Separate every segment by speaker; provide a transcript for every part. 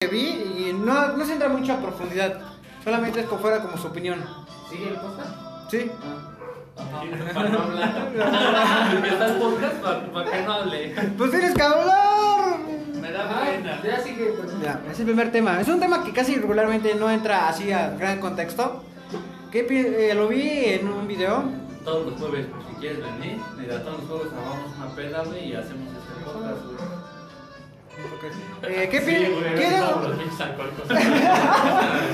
Speaker 1: que vi y no, no se entra mucho a profundidad. Solamente es como fuera como su opinión.
Speaker 2: ¿Sigue el podcast?
Speaker 1: Sí.
Speaker 2: Para no hablar. Está el podcast para, que no hable.
Speaker 1: Pues tienes que hablar.
Speaker 2: Me da pena.
Speaker 3: Ya sigue, pues.
Speaker 1: Ya, es el primer tema. Es un tema que casi regularmente no entra así a gran contexto. Que pi- eh, lo vi en un video.
Speaker 2: Todos los jueves, pues, si quieres venir, mira, todos los jueves armamos una peda, güey, y hacemos este podcast, güey.
Speaker 1: Eh, ¿Qué pi-
Speaker 4: Sí, güey,
Speaker 1: qué
Speaker 4: no,
Speaker 1: era-
Speaker 4: los pinches alcohólicos.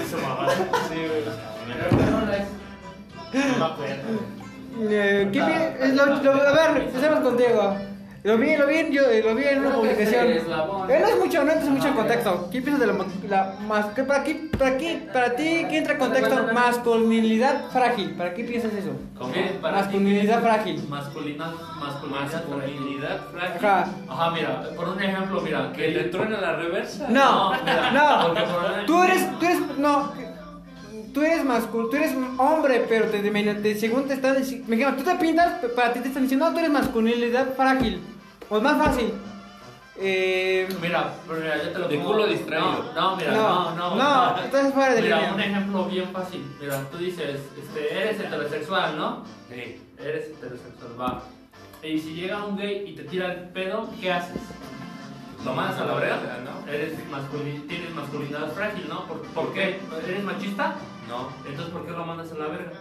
Speaker 4: Eso, mamá. Sí, güey.
Speaker 3: No, la es.
Speaker 4: No me acuerdo.
Speaker 1: eh, ¿qué pi- es lo- lo- a ver, empecemos contigo. Lo vi, lo vi, en- yo, eh, lo vi en una
Speaker 3: Creo que
Speaker 1: publicación.
Speaker 3: es el eslabón.
Speaker 1: Eh, no es mucho, no entra mucho en
Speaker 3: Ah,
Speaker 1: contexto. ¿Qué piensas de la, ma- la mas- que para, aquí, para, aquí, para ti, ¿qué entra en
Speaker 3: No, no,
Speaker 1: contexto?
Speaker 3: no.
Speaker 1: Masculinidad frágil. ¿Para qué piensas eso?
Speaker 2: ¿Cómo?
Speaker 3: ¿Qué?
Speaker 2: Para ti,
Speaker 1: Masculinidad
Speaker 2: ¿qué es
Speaker 1: frágil.
Speaker 2: Masculina, masculinidad, masculinidad frágil.
Speaker 1: Ajá.
Speaker 2: Ajá. mira, por un ejemplo, mira, que le truena la reversa.
Speaker 1: No,
Speaker 2: mira,
Speaker 1: no.
Speaker 2: porque por un-
Speaker 1: Tú eres, tú eres, no. Tú eres masculino, tú eres un hombre, pero te, te- te- según te están diciendo, me dijeron, tú te pintas, pe- para ti te están diciendo, no, tú eres masculinidad frágil, o más fácil. Eh,
Speaker 2: Mira, pero mira, yo te lo
Speaker 4: De
Speaker 2: pongo-
Speaker 4: culo distraído.
Speaker 2: No, no, mira,
Speaker 1: No,
Speaker 2: no, no.
Speaker 1: no, estás fuera de
Speaker 2: Mira,
Speaker 1: línea.
Speaker 2: un ejemplo bien fácil. Mira, tú dices, este, eres heterosexual, ¿no?
Speaker 4: Sí.
Speaker 2: Eres heterosexual, va. Y si llega un gay y te tira el pedo, ¿qué haces? ¿Lo mandas a la verga?
Speaker 4: ¿no?
Speaker 2: Eres masculin- tienes masculinidad frágil, ¿no? ¿Por, por qué? ¿Eres machista?
Speaker 4: No,
Speaker 2: Entonces, ¿por qué lo mandas a la verga?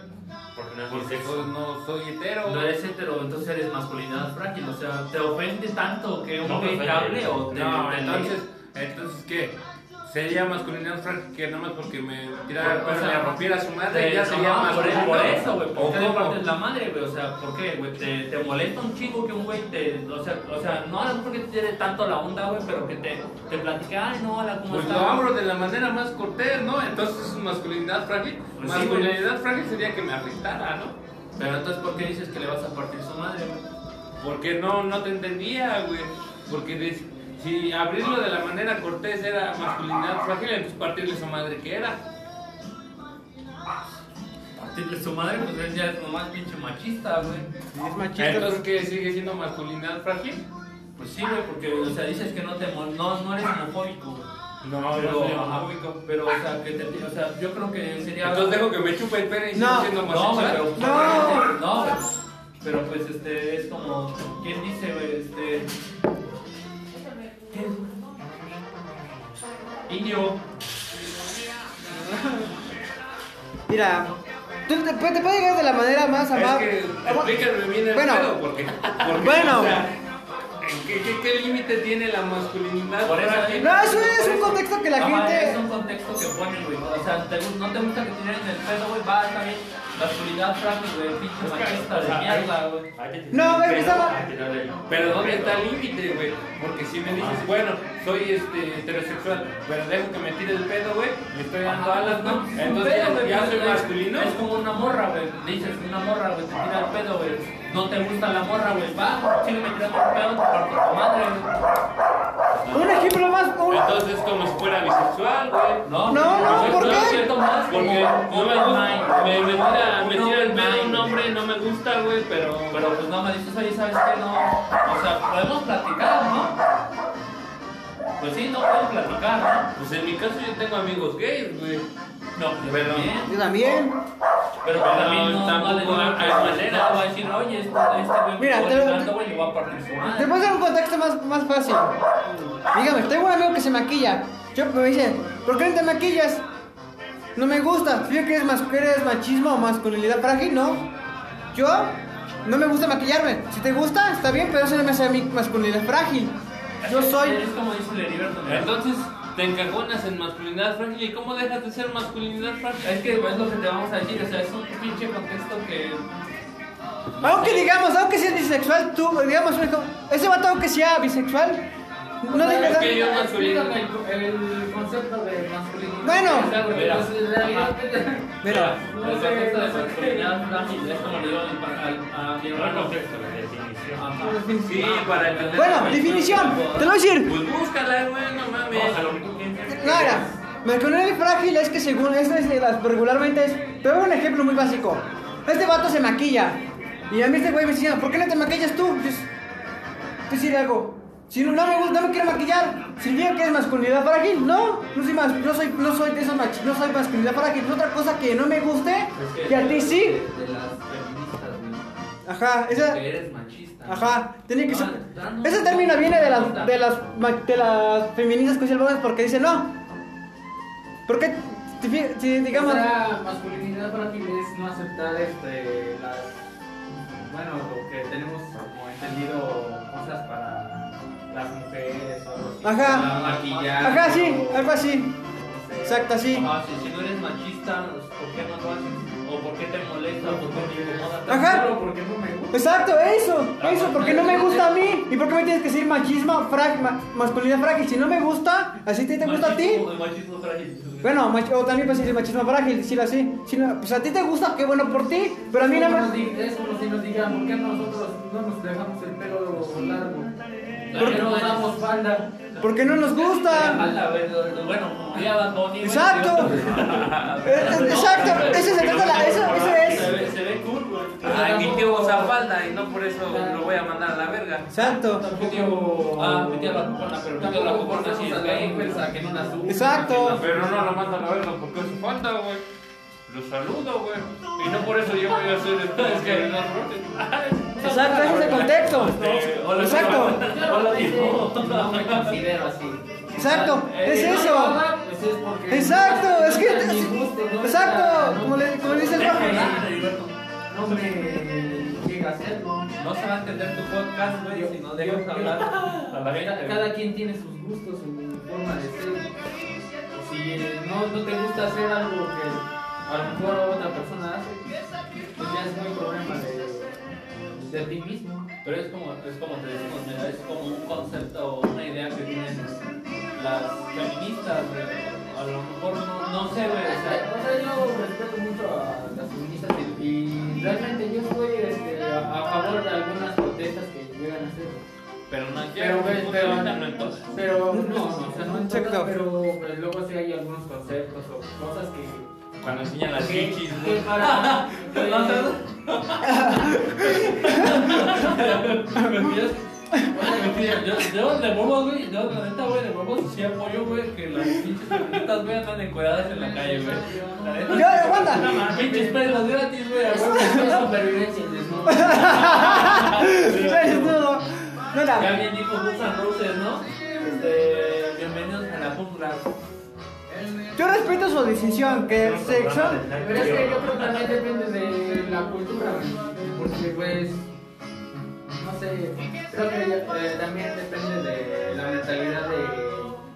Speaker 4: porque no es bisexual, no soy hetero.
Speaker 2: No eres hetero, entonces eres masculinidad frágil. O sea, ¿te ofende tanto que un
Speaker 4: No me
Speaker 2: gay te
Speaker 4: ofende.
Speaker 2: hable o te
Speaker 4: No,
Speaker 2: te-
Speaker 4: entonces, entonces ¿qué? Sería masculinidad frágil que nomás porque me tirara el
Speaker 2: O
Speaker 4: perro
Speaker 2: sea,
Speaker 4: y me rompiera su madre,
Speaker 2: Te-
Speaker 4: ya
Speaker 2: no,
Speaker 4: sería
Speaker 2: por,
Speaker 4: masculinidad.
Speaker 2: por eso, güey,
Speaker 4: ¿O
Speaker 2: ¿por qué le
Speaker 4: cómo?
Speaker 2: partes la madre, güey? O sea, ¿por qué, güey? Te, te molesta un chingo que un güey te. O sea, o sea no a lo mejor que te tiene tanto la onda, güey, pero que te, te platique, ay, no, hola, ¿cómo
Speaker 4: Pues
Speaker 2: estás?
Speaker 4: lo abro de la manera más cortés, ¿no? Entonces es masculinidad frágil.
Speaker 2: Pues sí,
Speaker 4: masculinidad frágil sería que me afectara, ¿no?
Speaker 2: Pero entonces, ¿por qué dices que le vas a partir su madre, güey?
Speaker 4: Porque no, no te entendía, güey. Porque des- si abrirlo de la manera cortés era masculinidad frágil, entonces partirle su madre que era.
Speaker 2: Partirle su madre, pues él ya es nomás pinche machista, güey.
Speaker 1: es machista.
Speaker 4: Entonces, ¿qué sigue siendo masculinidad frágil?
Speaker 2: Pues sí, güey, porque, o sea, dices que no, te, mol- no, no eres homofóbico, güey.
Speaker 4: No,
Speaker 2: pero,
Speaker 4: yo soy
Speaker 2: ajá,
Speaker 4: homofóbico.
Speaker 2: pero, o sea, que te, o sea, yo creo que sería.
Speaker 4: Entonces dejo que me chupe el pene y sigo
Speaker 1: No,
Speaker 4: siendo
Speaker 2: No, güey,
Speaker 4: homosexual.
Speaker 2: pero
Speaker 1: No.
Speaker 2: obviamente, no, güey. pero pues este es como quién dice, güey, este Indio,
Speaker 1: Mira, tú te, pues, te puede llegar de la manera más
Speaker 4: Es
Speaker 1: amable.
Speaker 4: que explícame bien el
Speaker 1: Bueno.
Speaker 4: pedo, porque, porque,
Speaker 1: Bueno.
Speaker 4: o sea, ¿en ¿qué, qué, qué límite tiene la masculinidad?
Speaker 2: Por eso-
Speaker 4: frágil?
Speaker 1: No, eso es un contexto que la
Speaker 2: Ajá, es
Speaker 1: gente.
Speaker 2: un contexto que pone, güey. O sea, te gu- no te gusta que te tiren el pedo, güey, va, está bien. La oscuridad frágil, güey, pinche machista de mierda, güey.
Speaker 1: No, es que estaba-
Speaker 4: Pero ¿dónde está el límite, güey? Porque si me
Speaker 2: Ah.
Speaker 4: dices, bueno, soy este, heterosexual, pero dejo que me tire el pedo, güey, le estoy dando
Speaker 2: Ajá,
Speaker 4: alas, ¿no?
Speaker 2: pues,
Speaker 4: Entonces
Speaker 2: pedo,
Speaker 4: ya,
Speaker 2: güey,
Speaker 4: ya
Speaker 2: pues,
Speaker 4: soy
Speaker 2: es-
Speaker 4: masculino.
Speaker 2: Es como una morra, güey. Le dices una morra, güey, te tira el pedo, güey. No te gusta la morra, güey. Va, sigue me tirando el pedo, te parto tu madre, güey.
Speaker 1: Un ejemplo más. un-
Speaker 4: Entonces es como si fuera bisexual, güey.
Speaker 2: No,
Speaker 1: No, no,
Speaker 2: güey,
Speaker 1: ¿por
Speaker 2: no
Speaker 1: qué?
Speaker 2: es cierto más,
Speaker 4: Porque
Speaker 2: güey.
Speaker 4: no me gusta, me, me tira, me
Speaker 2: Un
Speaker 4: tira el
Speaker 2: hombre
Speaker 4: pedo un
Speaker 2: nine.
Speaker 4: hombre, no me gusta, güey, pero...
Speaker 2: Pero pues no me dices, oye, ¿sabes qué? No. O sea, podemos platicar, ¿no? Pues sí, no podemos platicar,
Speaker 4: Pues en mi caso yo tengo amigos gays, güey.
Speaker 2: ¿no? No,
Speaker 4: Pero-
Speaker 1: Yo también.
Speaker 2: Pero
Speaker 4: No,
Speaker 2: también no, no, le
Speaker 4: tampoco
Speaker 2: va
Speaker 4: hay
Speaker 2: a
Speaker 4: manera.
Speaker 2: va a decir, oye, este este güey me
Speaker 1: Mira,
Speaker 2: está
Speaker 1: te-
Speaker 2: violando, güey, le va a partir su madre.
Speaker 1: Te puedo hacer un contexto más, más fácil. Dígame, tengo un amigo que se maquilla. Yo me dice, ¿por qué no te maquillas? No me gusta. ¿Yo que eres, mas- que eres machismo o masculinidad frágil? No. Yo no me gusta maquillarme. Si te gusta, está bien, pero eso no me hace a mí masculinidad frágil. Yo soy.
Speaker 2: Es como dice Leriberto. mira.
Speaker 4: Entonces te encajonas en masculinidad frágil y ¿cómo dejas de ser masculinidad frágil?
Speaker 2: Es que pues, es lo que te vamos a decir, o sea, es un pinche contexto que.
Speaker 1: Aunque digamos, aunque seas bisexual, tú, digamos, un ejemplo, ese vato aunque sea bisexual, no debe
Speaker 4: Es
Speaker 1: dar-
Speaker 4: que yo
Speaker 3: Explícame
Speaker 4: masculino.
Speaker 3: el, el concepto de masculinidad.
Speaker 1: Bueno.
Speaker 3: O sea, güey,
Speaker 2: Mira.
Speaker 3: pues, la realidad que-
Speaker 1: Mira,
Speaker 2: El contexto de masculinidad frágil es como le digo a, a, a mi hermano.
Speaker 4: pues,
Speaker 2: Ajá.
Speaker 4: Sí, para entender.
Speaker 1: bueno, definición, te lo voy a decir.
Speaker 4: Pues búscala, güey, no mames.
Speaker 1: No, era. Masculinidad frágil es que según esto es de las- regularmente es. Te doy un ejemplo muy básico. Este vato se maquilla. Y a mí este güey me decía, ¿por qué no te maquillas tú? Yo, s- yo sí le hago. Si no, no me gusta, no me quiero maquillar. Significa que es masculinidad frágil. No, no soy, mas, no soy, no soy de esa machi- no soy masculinidad frágil. Es otra cosa que no me guste, que a ti sí.
Speaker 2: De las feministas, güey.
Speaker 1: Ajá, esa.
Speaker 2: Que eres machista.
Speaker 1: Ajá, tiene que
Speaker 2: No,
Speaker 1: ser.
Speaker 2: no, no.
Speaker 1: Ese término viene de las, de las, ma- de las feministas que usan porque dicen no. Porque, si, fi- si digamos.
Speaker 3: O sea, masculinidad frágil es no aceptar este, las. Bueno, lo que tenemos como entendido cosas para las mujeres o algo así.
Speaker 1: Ajá.
Speaker 2: ah,
Speaker 3: Para maquillar.
Speaker 1: Ajá, sí,
Speaker 3: o-
Speaker 1: algo así.
Speaker 3: no sé.
Speaker 1: Exacto, así.
Speaker 2: Ah, si, si no eres machista, pues, ¿por qué no lo haces? ¿O por qué te molesta? ¿O por qué te incomoda?
Speaker 1: Ajá.
Speaker 3: Solo porque no me gusta.
Speaker 1: Exacto, eso,
Speaker 2: Ah,
Speaker 1: eso, porque no me gusta a mí. ¿Y por qué me tienes que decir machismo, frag, ma- masculinidad frágil? Si no me gusta, así te, te gusta a ti.
Speaker 2: Machismo- el machismo frágil.
Speaker 1: Bueno, mach- o también puedes decir machismo frágil, decirlo así. Si no, pues a ti te gusta, qué bueno por ti, pero a mí no
Speaker 3: como nos
Speaker 1: me...
Speaker 3: di- Es como si nos digan, ¿por qué nosotros no nos dejamos el pelo largo? ¿Por
Speaker 2: Porque
Speaker 3: qué
Speaker 2: no
Speaker 3: no damos falda?
Speaker 1: Porque no nos gusta.
Speaker 2: Ala, bueno, bueno, ya va Tony. bueno,
Speaker 1: Exacto. Eh, eh, Exacto, eso se trata la... Eso, eso
Speaker 2: Se
Speaker 1: es.
Speaker 2: ve, se ve cool, güey.
Speaker 3: Ah,
Speaker 4: Ay, mi tío usa falda y no por eso lo voy a mandar a la verga.
Speaker 1: Exacto.
Speaker 2: Mi tío- Ah, mi tío la copona, pero mi tío la copona sí es gay, güey.
Speaker 3: que no la suba.
Speaker 1: Exacto.
Speaker 4: Pero no lo manda a la verga porque hace falta, güey. Lo saludo, güey. Y no por eso yo voy a hacer esto. Es que no
Speaker 1: Exacto, ese es el contexto.
Speaker 2: Eh, hola,
Speaker 1: Exacto,
Speaker 2: Hola, hola, tío.
Speaker 3: No me considero así.
Speaker 1: exacto, es
Speaker 2: Eh,
Speaker 1: eso.
Speaker 3: Pues es porque.
Speaker 1: Exacto, es que...
Speaker 3: no es mi gusto, no es nada,
Speaker 1: Exacto,
Speaker 3: no
Speaker 1: como le, como le dice el
Speaker 2: Déjame
Speaker 1: Rafa.
Speaker 2: ir, Heriberto.
Speaker 3: No me llega a hacerlo.
Speaker 2: No se va a entender tu podcast, güey, si no dejas
Speaker 3: Yo-
Speaker 2: hablar a la
Speaker 3: Cada,
Speaker 2: gente.
Speaker 3: cada quien tiene sus gustos, su forma de ser. Si eh, no, no te gusta hacer algo que a lo mejor otra persona hace, pues ya es muy problema de, de ti mismo.
Speaker 2: Pero es como, es como te decimos, mira, es como un concepto, una idea que tienen las feministas, güey. a lo mejor no, no sé, güey,
Speaker 3: O
Speaker 2: o
Speaker 3: sea,
Speaker 2: sea,
Speaker 3: o sea, yo respeto mucho a las feministas y, y realmente yo estoy este, a, a favor de algunas protestas que llegan a hacer.
Speaker 4: Pero no
Speaker 3: Pero,
Speaker 4: quiero,
Speaker 3: güey,
Speaker 4: punto de
Speaker 3: pero,
Speaker 4: vista no entonces.
Speaker 3: pero no, o sea, no en todas,
Speaker 1: Exacto.
Speaker 3: pero pues, luego sí hay algunos conceptos o cosas que...
Speaker 4: Cuando enseñan las
Speaker 3: que-
Speaker 4: chichis,
Speaker 3: que
Speaker 4: güey.
Speaker 3: para... que-
Speaker 2: No, no, no. Yo, yo, yo de huevos, güey, yo la neta, güey, de huevos sí apoyo, güey, que las pinches feministas, güey, andan encuadradas en la calle, güey. La neta,
Speaker 1: Yo, aguanta.
Speaker 2: no mames, pinches pelos gratis, güey, a
Speaker 3: Es
Speaker 2: huevo.
Speaker 3: es supervivencia, ¿no?
Speaker 1: Eres nudo. Mira.
Speaker 2: Ya bien dijo Guns N' Roses, ¿no? Este, bienvenidos a la jungla.
Speaker 1: Yo respeto su decisión, que el sexo.
Speaker 3: Pero es que yo creo que también depende de la cultura, güey. Porque pues, no sé, creo que eh, también depende de la mentalidad de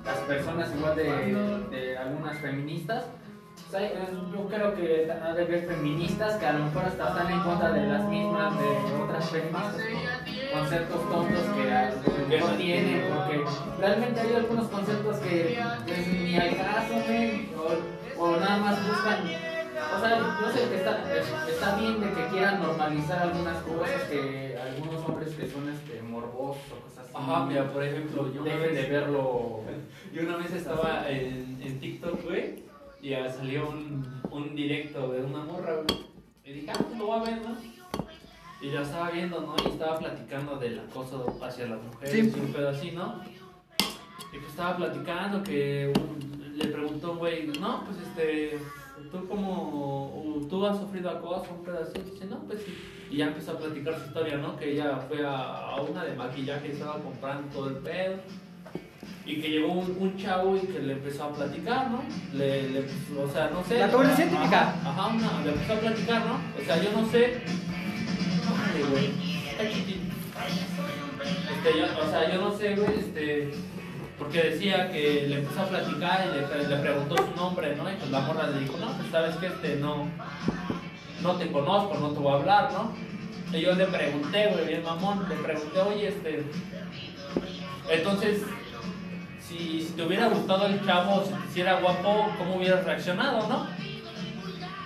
Speaker 3: las personas, igual de, de algunas feministas. O sea, eh, yo creo que ta- ha de haber feministas que a lo mejor hasta están en contra de las mismas de otras feministas con conceptos tontos que a lo mejor no tienen, porque realmente hay algunos conceptos que pues, ni al caso, güey, o, o nada más buscan o sea, yo sé que está, está bien de que quieran normalizar algunas cosas que algunos hombres que son este, morbosos o cosas así.
Speaker 2: Ajá, mira, por ejemplo, yo una
Speaker 3: Dejen de
Speaker 2: vez,
Speaker 3: verlo.
Speaker 2: yo una vez estaba en, en TikTok, güey, y ah, salió un, un directo de una morra, güey. Y dije, ah, pues lo voy a ver, ¿no? Y la estaba viendo, ¿no? Y estaba platicando del acoso hacia las mujeres
Speaker 1: Sí.
Speaker 2: y un pedo así, ¿no? Y pues estaba platicando que un- le preguntó un güey, no, pues este, tú como, tú has sufrido acoso, un pedo así. Dice, no, pues sí. Y ya empezó a platicar su historia, ¿no? Que ella fue a, a una de maquillaje y estaba comprando todo el pedo. Y que llegó un, un chavo y que le empezó a platicar, ¿no? Le, le- o sea, no sé.
Speaker 1: La conversación típica.
Speaker 2: Ajá, una, le empezó a platicar, ¿no? O sea, yo no sé. Órale, güey. Está chiquito. Este, yo, o sea, yo no sé, güey, este. Porque decía que le empezó a platicar y le, pre- le preguntó su nombre, ¿no? Y pues la morra le dijo, no, pues sabes que este no. No te conozco, no te voy a hablar, ¿no? Y yo le pregunté, güey, bien mamón, le pregunté, oye, este. Entonces, si, si te hubiera gustado el chavo, si te hiciera guapo, ¿cómo hubieras reaccionado, no?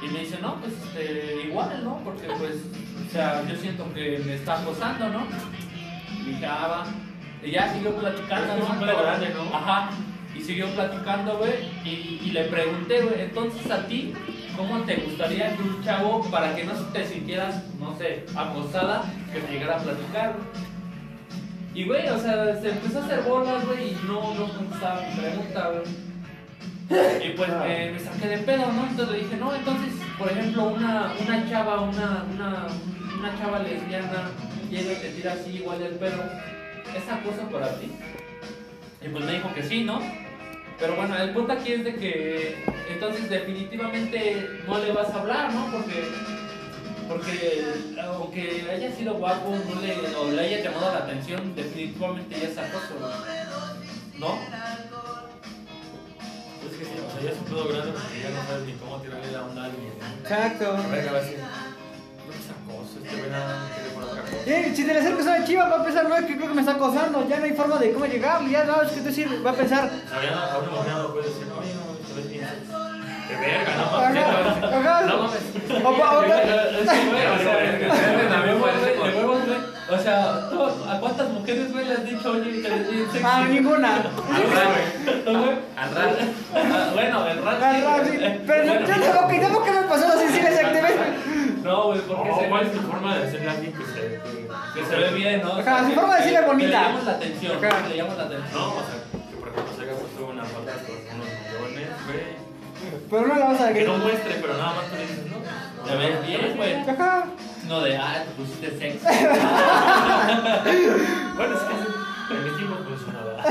Speaker 2: Y me dice, no, pues este, igual, ¿no? Porque pues, o sea, yo siento que me está acosando, ¿no? Y dije, ah, va. Y ya siguió platicando,
Speaker 4: Es que es
Speaker 2: ¿no?
Speaker 4: un pedo grande, ¿no?
Speaker 2: Ajá. Y siguió platicando, güey. Y, y le pregunté, güey, entonces a ti, ¿cómo te gustaría que un chavo, para que no te sintieras, no sé, acosada, que te llegara a platicar?
Speaker 5: Y güey, o sea, se empezó a hacer bolas, güey, y no, no contestaba mi pregunta, güey. Y pues me, me saqué de pedo, ¿no? Entonces le dije, no, entonces, por ejemplo, una, una chava, una, una, una chava lesbiana llega y te tira así igual el pedo. ¿Esa cosa para ti? Y pues me dijo que sí, ¿no? Pero bueno, el punto aquí es de que entonces definitivamente no le vas a hablar, ¿no? Porque, porque aunque haya sido guapo no le, o le haya llamado la atención, definitivamente ya es acoso, güey. ¿no?
Speaker 6: Es que sí, o sea, ya es un pedo grande porque ya no sabes ni cómo tirarle la onda a alguien. ¿no?
Speaker 1: Exacto.
Speaker 6: A ver, a ver si. No es acoso, este güey nada más quiere por otra cosa.
Speaker 1: Eh, si te le acercas a una chiva, va a pensar, no, es que creo que me está acosando, ya no hay forma de cómo llegar, ya no, es que decir, va a pensar,
Speaker 6: Habían a un enojado, puede decir, oye, no, te ves bien. De verga, no mames.
Speaker 1: ajá,
Speaker 6: No
Speaker 1: ajá,
Speaker 6: mames.
Speaker 1: o pa- o
Speaker 5: Es
Speaker 1: pa-
Speaker 5: que, güey, o sea, de huevos, güey, de huevos, güey. O sea, ¿tú ¿a cuántas mujeres, güey, le has dicho, oye, te ves bien sexy?
Speaker 1: ah, ninguna.
Speaker 4: Al rap, güey.
Speaker 5: ¿No, güey?
Speaker 4: Al rap.
Speaker 5: Ah, Bueno, el rat. sí,
Speaker 1: Agarra, sí,
Speaker 5: güey.
Speaker 1: Pero
Speaker 5: Bueno,
Speaker 1: no, yo tampoco, tampoco me pasó así, sí, exactamente.
Speaker 5: No, güey, porque
Speaker 6: O
Speaker 5: se
Speaker 6: cuál es tu forma de hacerle a alguien que se. que-
Speaker 5: Que se ve bien, ¿no? O
Speaker 1: Ajá,
Speaker 5: sea,
Speaker 1: su
Speaker 5: que-
Speaker 1: forma de decirle
Speaker 5: que- que
Speaker 1: bonita.
Speaker 5: Le llamamos la atención,
Speaker 1: Ajá.
Speaker 5: ¿no? le llamamos la atención.
Speaker 6: No, o sea, que por ejemplo se haga puesto una foto con unos millones, güey.
Speaker 1: Pero no la vas a
Speaker 6: Que no
Speaker 1: agregar.
Speaker 6: muestre, pero nada más tú le dices, no.
Speaker 5: Te ves bien, güey.
Speaker 1: Ajá.
Speaker 5: No de, ah, te pusiste sexy.
Speaker 6: Bueno, es que en mis tiempos pues una verdad.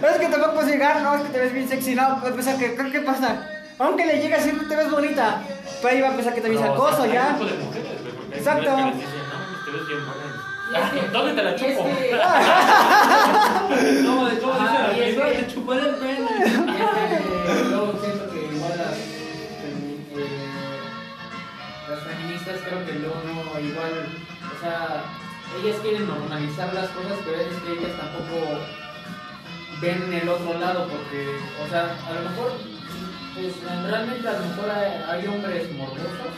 Speaker 1: Pero es que tampoco puedes llegar, no, es que te ves bien sexy, no, puedes pensar que, creo que pasa. Aunque le llegas siempre te ves bonita, pero ahí va a pensar que te ves acoso, ya.
Speaker 6: tipo de mujeres, güey, porque hay
Speaker 1: Exacto.
Speaker 6: mujeres que les dicen, no, mames, te ves
Speaker 2: Y es
Speaker 6: bien buena.
Speaker 2: que-
Speaker 6: ¿Dónde te la
Speaker 2: y es
Speaker 6: chupo?
Speaker 2: que-
Speaker 5: ¿Cómo de cómo
Speaker 2: Ah,
Speaker 5: dice?
Speaker 2: y es que-
Speaker 5: te chupó el pelo.
Speaker 2: Y es que yo siento que igual las, femi- eh, las feministas creo que luego no, igual, o sea, ellas quieren normalizar las cosas, pero es que ellas tampoco ven el otro lado, porque, o sea, a lo mejor, pues realmente a lo mejor hay, hay hombres morbosos,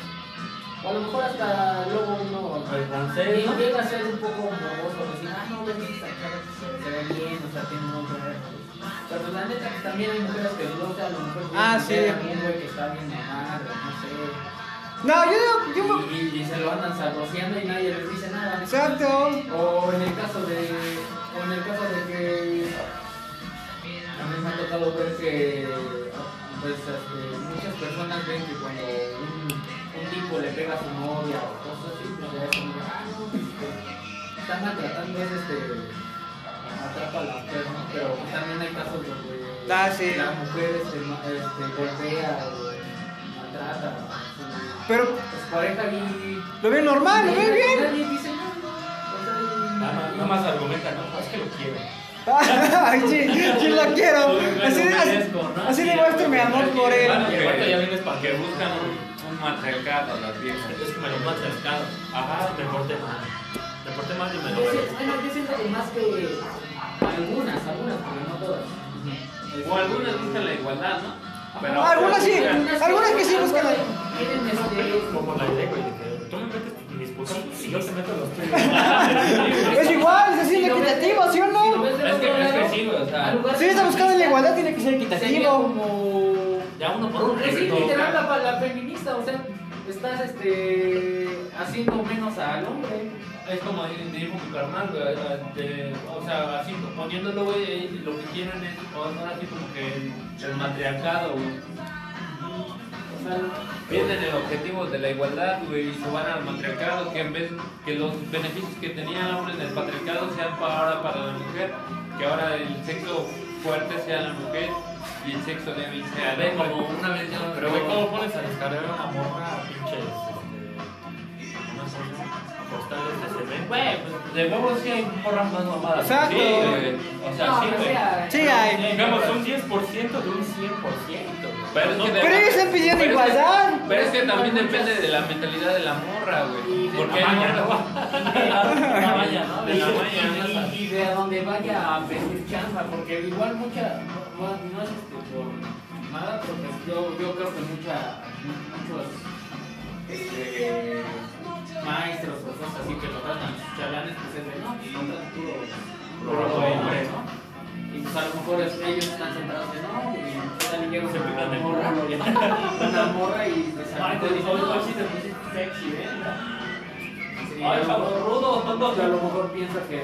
Speaker 2: o a lo mejor hasta luego uno
Speaker 5: El francés,
Speaker 2: llega
Speaker 5: ¿no?
Speaker 2: llega a ser un poco morboso, decir, ah, no, ven esta chava que se- se ve bien, o sea, tiene un buen cuerpo". Pero pues, la neta, pues, también hay mujeres que no, o sea, a lo mejor
Speaker 1: Ah,
Speaker 2: tienen que
Speaker 1: sí.
Speaker 2: ver a un güey que está bien mamado, no
Speaker 1: No, yo no, yo no.
Speaker 2: sé, y, y se lo andan sabroseando y nadie les dice nada.
Speaker 1: Exacto.
Speaker 2: O en el caso de. O en el caso de que. A mí me ha tocado ver que. Pues este, muchas personas ven que cuando un, un tipo le pega a su novia o cosas así, pues ya es como. Ah, no, pues, están maltratando es este. Atrapa a la mujer, ¿no? Pero también hay casos donde.
Speaker 1: Ah, sí.
Speaker 2: La mujer este, ma- este, golpea o maltrata a
Speaker 1: Pero
Speaker 2: su, a su Pues, pareja y.
Speaker 1: lo ve normal, lo ve bien.
Speaker 2: Nadie dice nada.
Speaker 6: Nada más- nada más argumenta, no, es que lo quiero.
Speaker 1: Ay, sí, sí la quiero. Así,
Speaker 5: Lo
Speaker 1: así,
Speaker 5: merezco, ¿no?
Speaker 1: así le muestro mi amor por
Speaker 6: Bueno,
Speaker 1: él.
Speaker 6: que
Speaker 4: Ok.
Speaker 6: ahorita ya vienes para
Speaker 4: Que
Speaker 6: que
Speaker 4: buscan un, un matriarcado, las viejas.
Speaker 6: Es que me lo más cercado. Ajá, me porté mal. Me porté mal y me
Speaker 2: Pues
Speaker 6: lo merezco.
Speaker 2: Bueno, yo siento que más que algunas, algunas, pero no todas.
Speaker 4: O algunas buscan la igualdad, ¿no? Pero
Speaker 1: Algunas sí, algunas que sí buscan. la-
Speaker 2: Tienen este.
Speaker 6: Como la idea, güey, de que tú me metes mis putazos y yo te meto los tuyos.
Speaker 1: Es igual, es así equitativo, ¿sí o
Speaker 2: si lo
Speaker 1: no?
Speaker 2: ves del
Speaker 5: Es
Speaker 2: otro
Speaker 5: que- es que
Speaker 2: lado,
Speaker 5: sí, güey, o sea,
Speaker 2: al lugar
Speaker 1: Si está buscando la
Speaker 2: feminista,
Speaker 1: igualdad, tiene que ser
Speaker 2: Sería
Speaker 1: equitativo.
Speaker 2: como.
Speaker 6: Ya uno por uno.
Speaker 2: Es
Speaker 6: güey,
Speaker 2: decir,
Speaker 6: todo,
Speaker 2: literal
Speaker 6: claro.
Speaker 2: la, la feminista, o sea, estás este, haciendo menos al hombre.
Speaker 5: Es como di- dijo mi carnal,
Speaker 4: eh,
Speaker 5: güey, de- o sea, así poniéndolo, güey, lo que quieren es poner así como que el- el matriarcado, güey.
Speaker 2: O sea,
Speaker 4: Vienen el objetivo de la igualdad, güey, y se van al matriarcado, que en vez que los beneficios que tenía el hombre en el patriarcado sean para ahora para la mujer, que ahora el sexo fuerte sea la mujer y el sexo débil sea
Speaker 6: A
Speaker 4: el
Speaker 6: ver,
Speaker 4: hombre.
Speaker 6: como una vez yo. Pero, güey, ¿cómo pones a descargar una morra pinches? este, no sé, Costales de cemento.
Speaker 5: Güey, pues de huevos sí hay morras más mamadas.
Speaker 1: Exacto.
Speaker 5: Sí, güey. O sea,
Speaker 2: no,
Speaker 5: sí,
Speaker 2: o
Speaker 7: pues,
Speaker 5: güey.
Speaker 2: sea,
Speaker 1: Sí, hay.
Speaker 6: Digamos, un 10% de un 100%. güey.
Speaker 4: Pero es que de-
Speaker 1: Pero ellos están pidiendo
Speaker 4: pero es que-
Speaker 1: igualdad.
Speaker 4: Pero es que también depende de la mentalidad de la morra, güey. Porque hay
Speaker 6: Amaña,
Speaker 4: morras-
Speaker 5: Una valla, ¿no?
Speaker 6: De la mañana.
Speaker 2: Y, y de a donde vaya a pedir chamba, porque igual mucha, no, no es este, por nada, pero pues yo, yo creo que mucha, muchos este, maestros o cosas así que lo tratan, sus chalanes, pues es de no, pues contratan puro, puro hombre, ¿no? Y pues a lo mejor es- ellos están centrados de no, pues, y están llegando
Speaker 6: Se pican de
Speaker 2: morra, una morra y pues a lo
Speaker 6: Ay,
Speaker 2: mejor
Speaker 6: te
Speaker 2: dicen,
Speaker 6: dijo,
Speaker 2: "No,
Speaker 6: hoy sí te pusiste sexy, ¿eh?
Speaker 2: Sí,
Speaker 5: Ay,
Speaker 2: a lo
Speaker 5: chavo
Speaker 2: mejor-
Speaker 5: rudo,
Speaker 2: que a lo mejor piensa que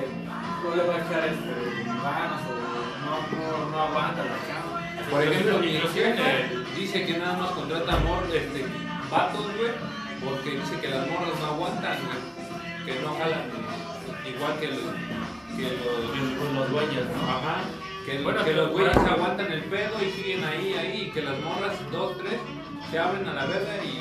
Speaker 7: no le va a echar este, ganas o no, no, no aguanta la chamba.
Speaker 4: Por ejemplo, inclusive eh, dice que nada más contrata mor, este, vatos, güey, porque dice que las morras no aguantan, güey, que no jalan, güey. igual que los, que los,
Speaker 2: Con los dueños, ¿no?
Speaker 4: ajá, que, lo-
Speaker 2: Bueno,
Speaker 4: que
Speaker 2: pero-
Speaker 4: los güeyes aguantan el pedo y siguen ahí, ahí, y que las morras, dos, tres, se abren a la verga y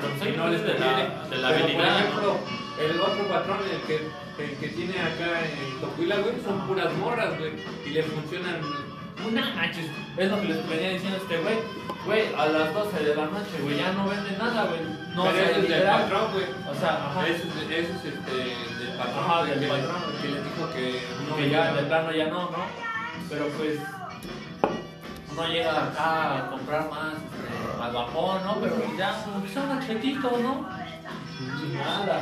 Speaker 2: Pero
Speaker 4: y
Speaker 2: soy
Speaker 4: no les
Speaker 2: de
Speaker 4: conviene.
Speaker 2: la, de la
Speaker 4: Pero,
Speaker 2: habilidad.
Speaker 4: Por ejemplo, el otro patrón, el que, el que tiene acá en Tocuila, güey, son puras morras, güey, y le funcionan
Speaker 2: Una manches, es lo que les venía diciendo este güey. Güey, a las 12 de la noche, güey, ya no venden nada, güey. No
Speaker 4: Pero
Speaker 2: se
Speaker 4: eso es del
Speaker 2: liberan.
Speaker 4: patrón, güey.
Speaker 2: O sea, ajá.
Speaker 4: Eso es, eso es este, del patrón,
Speaker 2: Ajá,
Speaker 4: güey,
Speaker 2: del
Speaker 4: que,
Speaker 2: patrón, güey.
Speaker 4: que les dijo que no
Speaker 2: que ya de
Speaker 4: llegaba.
Speaker 2: plano ya no, ¿no? Pero pues no llega acá a comprar más este, al vapor, ¿no? Pero pues ya aunque sea un chetito, ¿no? Sin nada.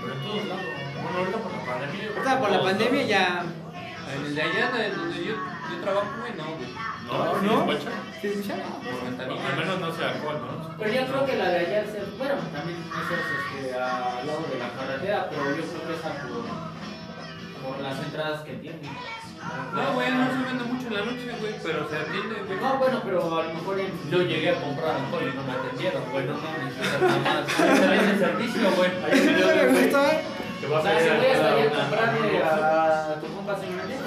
Speaker 2: Pero en todos lados. Bueno, ahorita por la pandemia. yo creo
Speaker 1: Ahorita
Speaker 2: que
Speaker 1: por la
Speaker 2: todos,
Speaker 1: pandemia
Speaker 2: ¿no?
Speaker 1: ya.
Speaker 4: En el de allá, en donde yo, yo trabajo, güey, no, güey.
Speaker 2: No,
Speaker 1: ¿No?
Speaker 2: ¿No? ¿Sí? pues,
Speaker 1: ¿Se escucha?
Speaker 4: Por ventanilla.
Speaker 2: Al menos no se alcohol, ¿no?
Speaker 7: Pero yo creo que la de allá, se- bueno, también eso es este, al lado de la carretera, pero yo creo que es a por, por las entradas que tiene.
Speaker 4: No, güey, no se vende mucho en la noche, güey, pero se atiende, güey.
Speaker 7: No, bueno, pero a lo mejor en...
Speaker 2: Yo llegué a comprar alcohol y no me atendieron, güey, no mames, o sea, nada más. Excelente servicio, güey. Ahí me
Speaker 1: No
Speaker 2: dio,
Speaker 1: me
Speaker 2: güey,
Speaker 1: gustó, ¿eh?
Speaker 2: que
Speaker 7: O
Speaker 2: vas
Speaker 7: sea,
Speaker 2: a ir
Speaker 7: si voy hasta allá a
Speaker 2: una-
Speaker 7: comprarle
Speaker 2: una-
Speaker 7: a tu compa sin manera,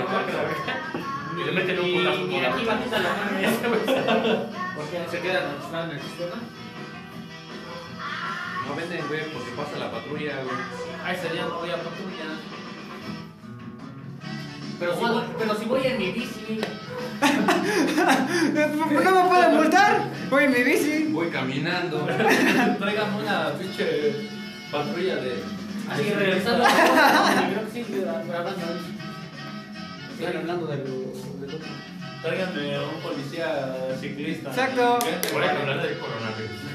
Speaker 7: Ah, no,
Speaker 2: que la
Speaker 7: no,
Speaker 2: Y le meten un putazo
Speaker 7: Ni
Speaker 2: por la
Speaker 7: aquí
Speaker 2: boca.
Speaker 7: bajita la mano, ya sabes. Porque se quedan registrados en el sistema.
Speaker 4: No venden, güey, porque pasa la patrulla, güey.
Speaker 7: Ay, sería no voy a patrulla. Pero si, voy, pero si voy en mi bici,
Speaker 1: ¿No me pueden multar? Voy en mi bici.
Speaker 4: Voy caminando.
Speaker 2: Traigan una pinche patrulla de.
Speaker 7: así
Speaker 2: de-
Speaker 7: regresando, creo que sí, por hablando de eso. Están hablando de lo- del otro.
Speaker 2: Tráiganme a un policía ciclista.
Speaker 1: Exacto.
Speaker 2: Por
Speaker 4: Voy a
Speaker 2: ejemplo,
Speaker 4: caminar.
Speaker 2: hablar del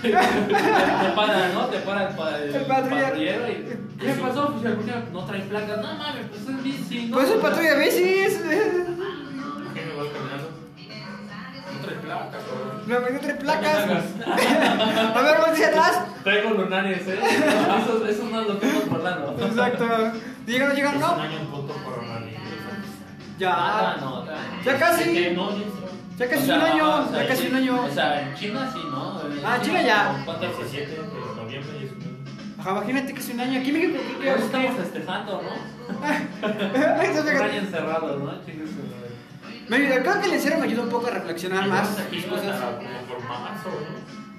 Speaker 2: coronavirus. Te paran, ¿no? Te paran para el,
Speaker 1: El patrulla.
Speaker 2: patrullero y. ¿Qué pasó, oficial? ¿Por qué No trae placas. No mames, pues es bici. No,
Speaker 1: Pues es
Speaker 2: No,
Speaker 1: patrulla de bicis.
Speaker 2: ¿Por qué me vas caminando? No trae placas, cabrón.
Speaker 1: Me metí tres placas. A ver, voy hacia atrás.
Speaker 2: Traigo lunares, ¿eh? Esos, esos no los tengo parlando.
Speaker 1: Exacto. Llegan, no llegan,
Speaker 2: Es un
Speaker 1: no.
Speaker 2: año un puto coronavirus. Ah,
Speaker 1: Ya.
Speaker 2: no, no.
Speaker 1: Ya casi.
Speaker 2: Que no, ya-
Speaker 1: Ya casi
Speaker 2: o sea,
Speaker 1: un año,
Speaker 2: o sea,
Speaker 1: ya casi
Speaker 2: en-
Speaker 1: un año.
Speaker 2: O sea, en China sí, ¿no? En
Speaker 1: Ah, China ya.
Speaker 2: ¿Cuánto es?
Speaker 6: 17 de noviembre y es un-
Speaker 1: Ajá, imagínate que hace un año. Aquí en México, ¿qué
Speaker 2: Pero
Speaker 1: crees?
Speaker 2: estamos festejando, ¿no? Un año encerrados, ¿no? Chingues, eh.
Speaker 1: Me ayuda, creo que el encierro me ayuda un poco a reflexionar más.
Speaker 2: Aquí
Speaker 1: las
Speaker 2: hasta
Speaker 1: cosas.
Speaker 2: como por marzo,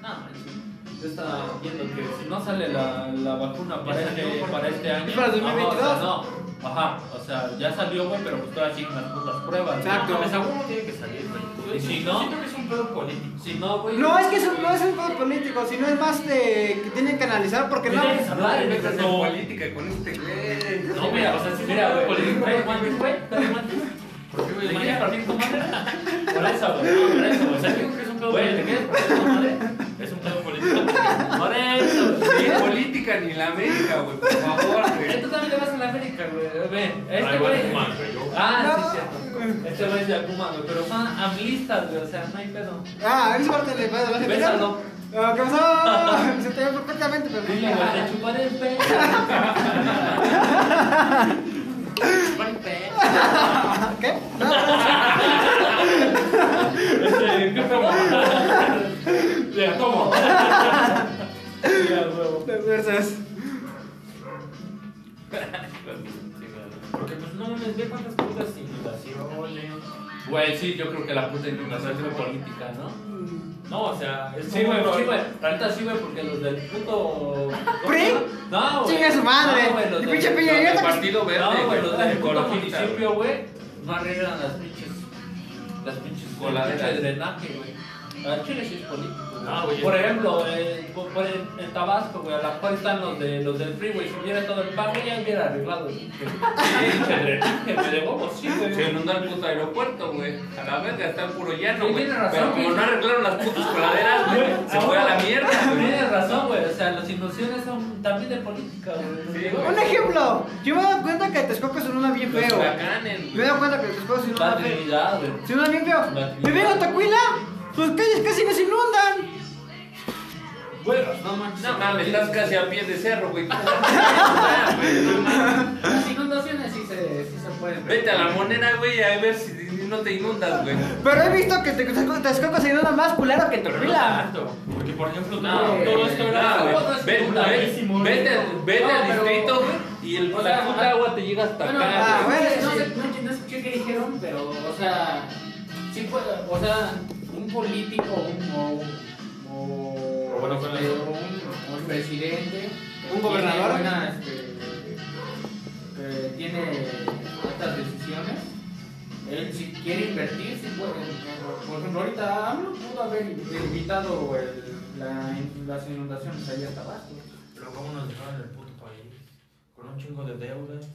Speaker 2: ¿no? No, manches. yo estaba viendo que si no sale la, la vacuna para
Speaker 6: Ya
Speaker 2: este,
Speaker 6: salió, ¿por
Speaker 2: para
Speaker 6: qué?
Speaker 2: este año.
Speaker 1: Es para
Speaker 2: no, o sea,
Speaker 1: 2022.
Speaker 2: No, Ajá, o sea, ya salió, güey, pero pues todavía siguen las putas pruebas. ¿no?
Speaker 1: Exacto.
Speaker 2: Esa-
Speaker 6: Seguro tiene que salir, güey.
Speaker 2: Y si no-
Speaker 6: Siento que es un pedo político.
Speaker 2: Si no, güey.
Speaker 1: No, es que eso no es un juego político, sino es más de que tienen que analizar porque no.
Speaker 2: Tienes que hablar, güey,
Speaker 4: Metas en
Speaker 2: no.
Speaker 4: política con este, güey.
Speaker 2: No, mira, o sea, si mira, güey, por ejemplo, trae guantes, güey, trae guantes.
Speaker 4: ¿Por qué,
Speaker 2: ¿Te
Speaker 4: güey?
Speaker 2: quieres partir tu madre? Por eso, güey, por eso, güey. O sea, digo que es Eh, un pedo
Speaker 6: Güey,
Speaker 2: político.
Speaker 6: ¿te quieres poner tu madre? Es un pedo político.
Speaker 2: Por eso,
Speaker 4: Ni
Speaker 2: güey.
Speaker 4: política ni la América, güey, por favor,
Speaker 2: Eh,
Speaker 4: güey.
Speaker 2: Tú también le vas a la América, güey. Ve, este
Speaker 6: Ay,
Speaker 2: güey.
Speaker 6: bueno, man, güey, yo-
Speaker 2: Ah, sí, cierto. Este güey es de Akuma, güey, pero son amlistas, güey, o sea, no hay pedo.
Speaker 1: Ah, eso parte de la gente.
Speaker 2: Bésalo.
Speaker 1: Ah, ¿Qué pasó? Se te ve perfectamente, pero.
Speaker 2: Dile, güey, te chuparé el pelo. Chuparé el pelo.
Speaker 1: Ah, ¿Qué? No, pero-
Speaker 2: Este, ¿Qué tomo? Ya, tomo. Ya, huevo.
Speaker 1: Versus.
Speaker 2: Porque pues no mames, ve cuántas putas inundaciones.
Speaker 4: Güey, sí, yo creo que la puta
Speaker 2: La
Speaker 4: inundación
Speaker 2: suerte
Speaker 4: fue política.
Speaker 2: política, ¿no? No, o sea, es
Speaker 4: Sí, güey,
Speaker 2: como-
Speaker 4: pero-
Speaker 2: sí, güey. La neta sí, güey, porque los del puto.
Speaker 1: ¿PRI?
Speaker 2: No, güey.
Speaker 1: Chinga su madre.
Speaker 2: No, güey, los
Speaker 1: Y
Speaker 2: del-
Speaker 1: pinche
Speaker 2: los
Speaker 1: Peña
Speaker 2: del-
Speaker 1: Nieto.
Speaker 4: Partido Verde,
Speaker 2: No, güey, los del puto
Speaker 4: ecologista,
Speaker 2: municipio, güey, no arreglan las pinches. Las pinches
Speaker 4: Coladeras.
Speaker 2: pinche drenaje, güey. A Ah, Chile sí es político. güey.
Speaker 6: No, güey,
Speaker 2: Por
Speaker 6: es-
Speaker 2: ejemplo, eh, por- por en, en Tabasco, güey, a la cual están los, de, los del freeway. Si hubiera todo el pago, ya hubiera arreglado. güey. Pinche drenaje, me de huevos, sí, güey.
Speaker 4: güey. Se inundó el puto aeropuerto, güey. A la verga está el puro llano,
Speaker 2: Sí,
Speaker 4: güey.
Speaker 2: tiene razón,
Speaker 4: Pero como
Speaker 2: güey.
Speaker 4: no arreglaron las putas coladeras, güey, se fue a la mierda, güey.
Speaker 2: Tienes razón, güey. O sea, las inundaciones son también de política, güey.
Speaker 4: Sí,
Speaker 1: Un ejemplo. Yo me he dado cuenta que Texcoco se inunda bien
Speaker 4: Los
Speaker 1: feo.
Speaker 4: huracanes,
Speaker 1: Me he
Speaker 4: güey.
Speaker 1: dado cuenta que Texcoco se inunda
Speaker 2: La
Speaker 1: bien feo.
Speaker 2: Trinidad, güey.
Speaker 1: Se inunda bien feo.
Speaker 2: La-
Speaker 1: pues Me vengo a Tacuila. Sus calles casi no se inundan.
Speaker 8: Güey, no manches.
Speaker 4: No mames, estás casi a pie de cerro, güey.
Speaker 2: Las inundaciones sí se, sí se pueden ver.
Speaker 4: Vete a la moneda, güey, a ver si no te inundas, güey.
Speaker 1: Pero he visto que te Texcoco se inunda más culero que
Speaker 6: Pero no
Speaker 1: Torrila.
Speaker 6: tanto. Porque, por ejemplo,
Speaker 2: No,
Speaker 6: todo- todo esto
Speaker 4: Ah,
Speaker 6: era.
Speaker 4: güey,
Speaker 6: todo esto
Speaker 4: Vete,
Speaker 6: era
Speaker 4: vete,
Speaker 6: buenísimo,
Speaker 4: vete,
Speaker 6: güey.
Speaker 4: vete
Speaker 2: No,
Speaker 4: al
Speaker 2: pero-
Speaker 4: distrito, güey, y el,
Speaker 2: O
Speaker 4: la
Speaker 2: sea,
Speaker 4: puta agua te llega hasta
Speaker 2: Bueno,
Speaker 4: acá,
Speaker 1: ah,
Speaker 4: güey.
Speaker 1: güey.
Speaker 2: no, sé, no, no escuché qué dijeron, pero, o sea, sí puede, o sea, un político un, o, o,
Speaker 6: O bueno, fue la-
Speaker 2: este, o un, o un presidente,
Speaker 1: Un gobernador.
Speaker 2: tiene, buena, este, eh, tiene altas decisiones. Él si quiere invertir, si puede. Por ejemplo, ahorita AMLO pudo haber evitado el- la- las inundaciones allá hasta abajo.
Speaker 6: Pero, ¿cómo nos dejaron en el puto país? Con un chingo de deudas.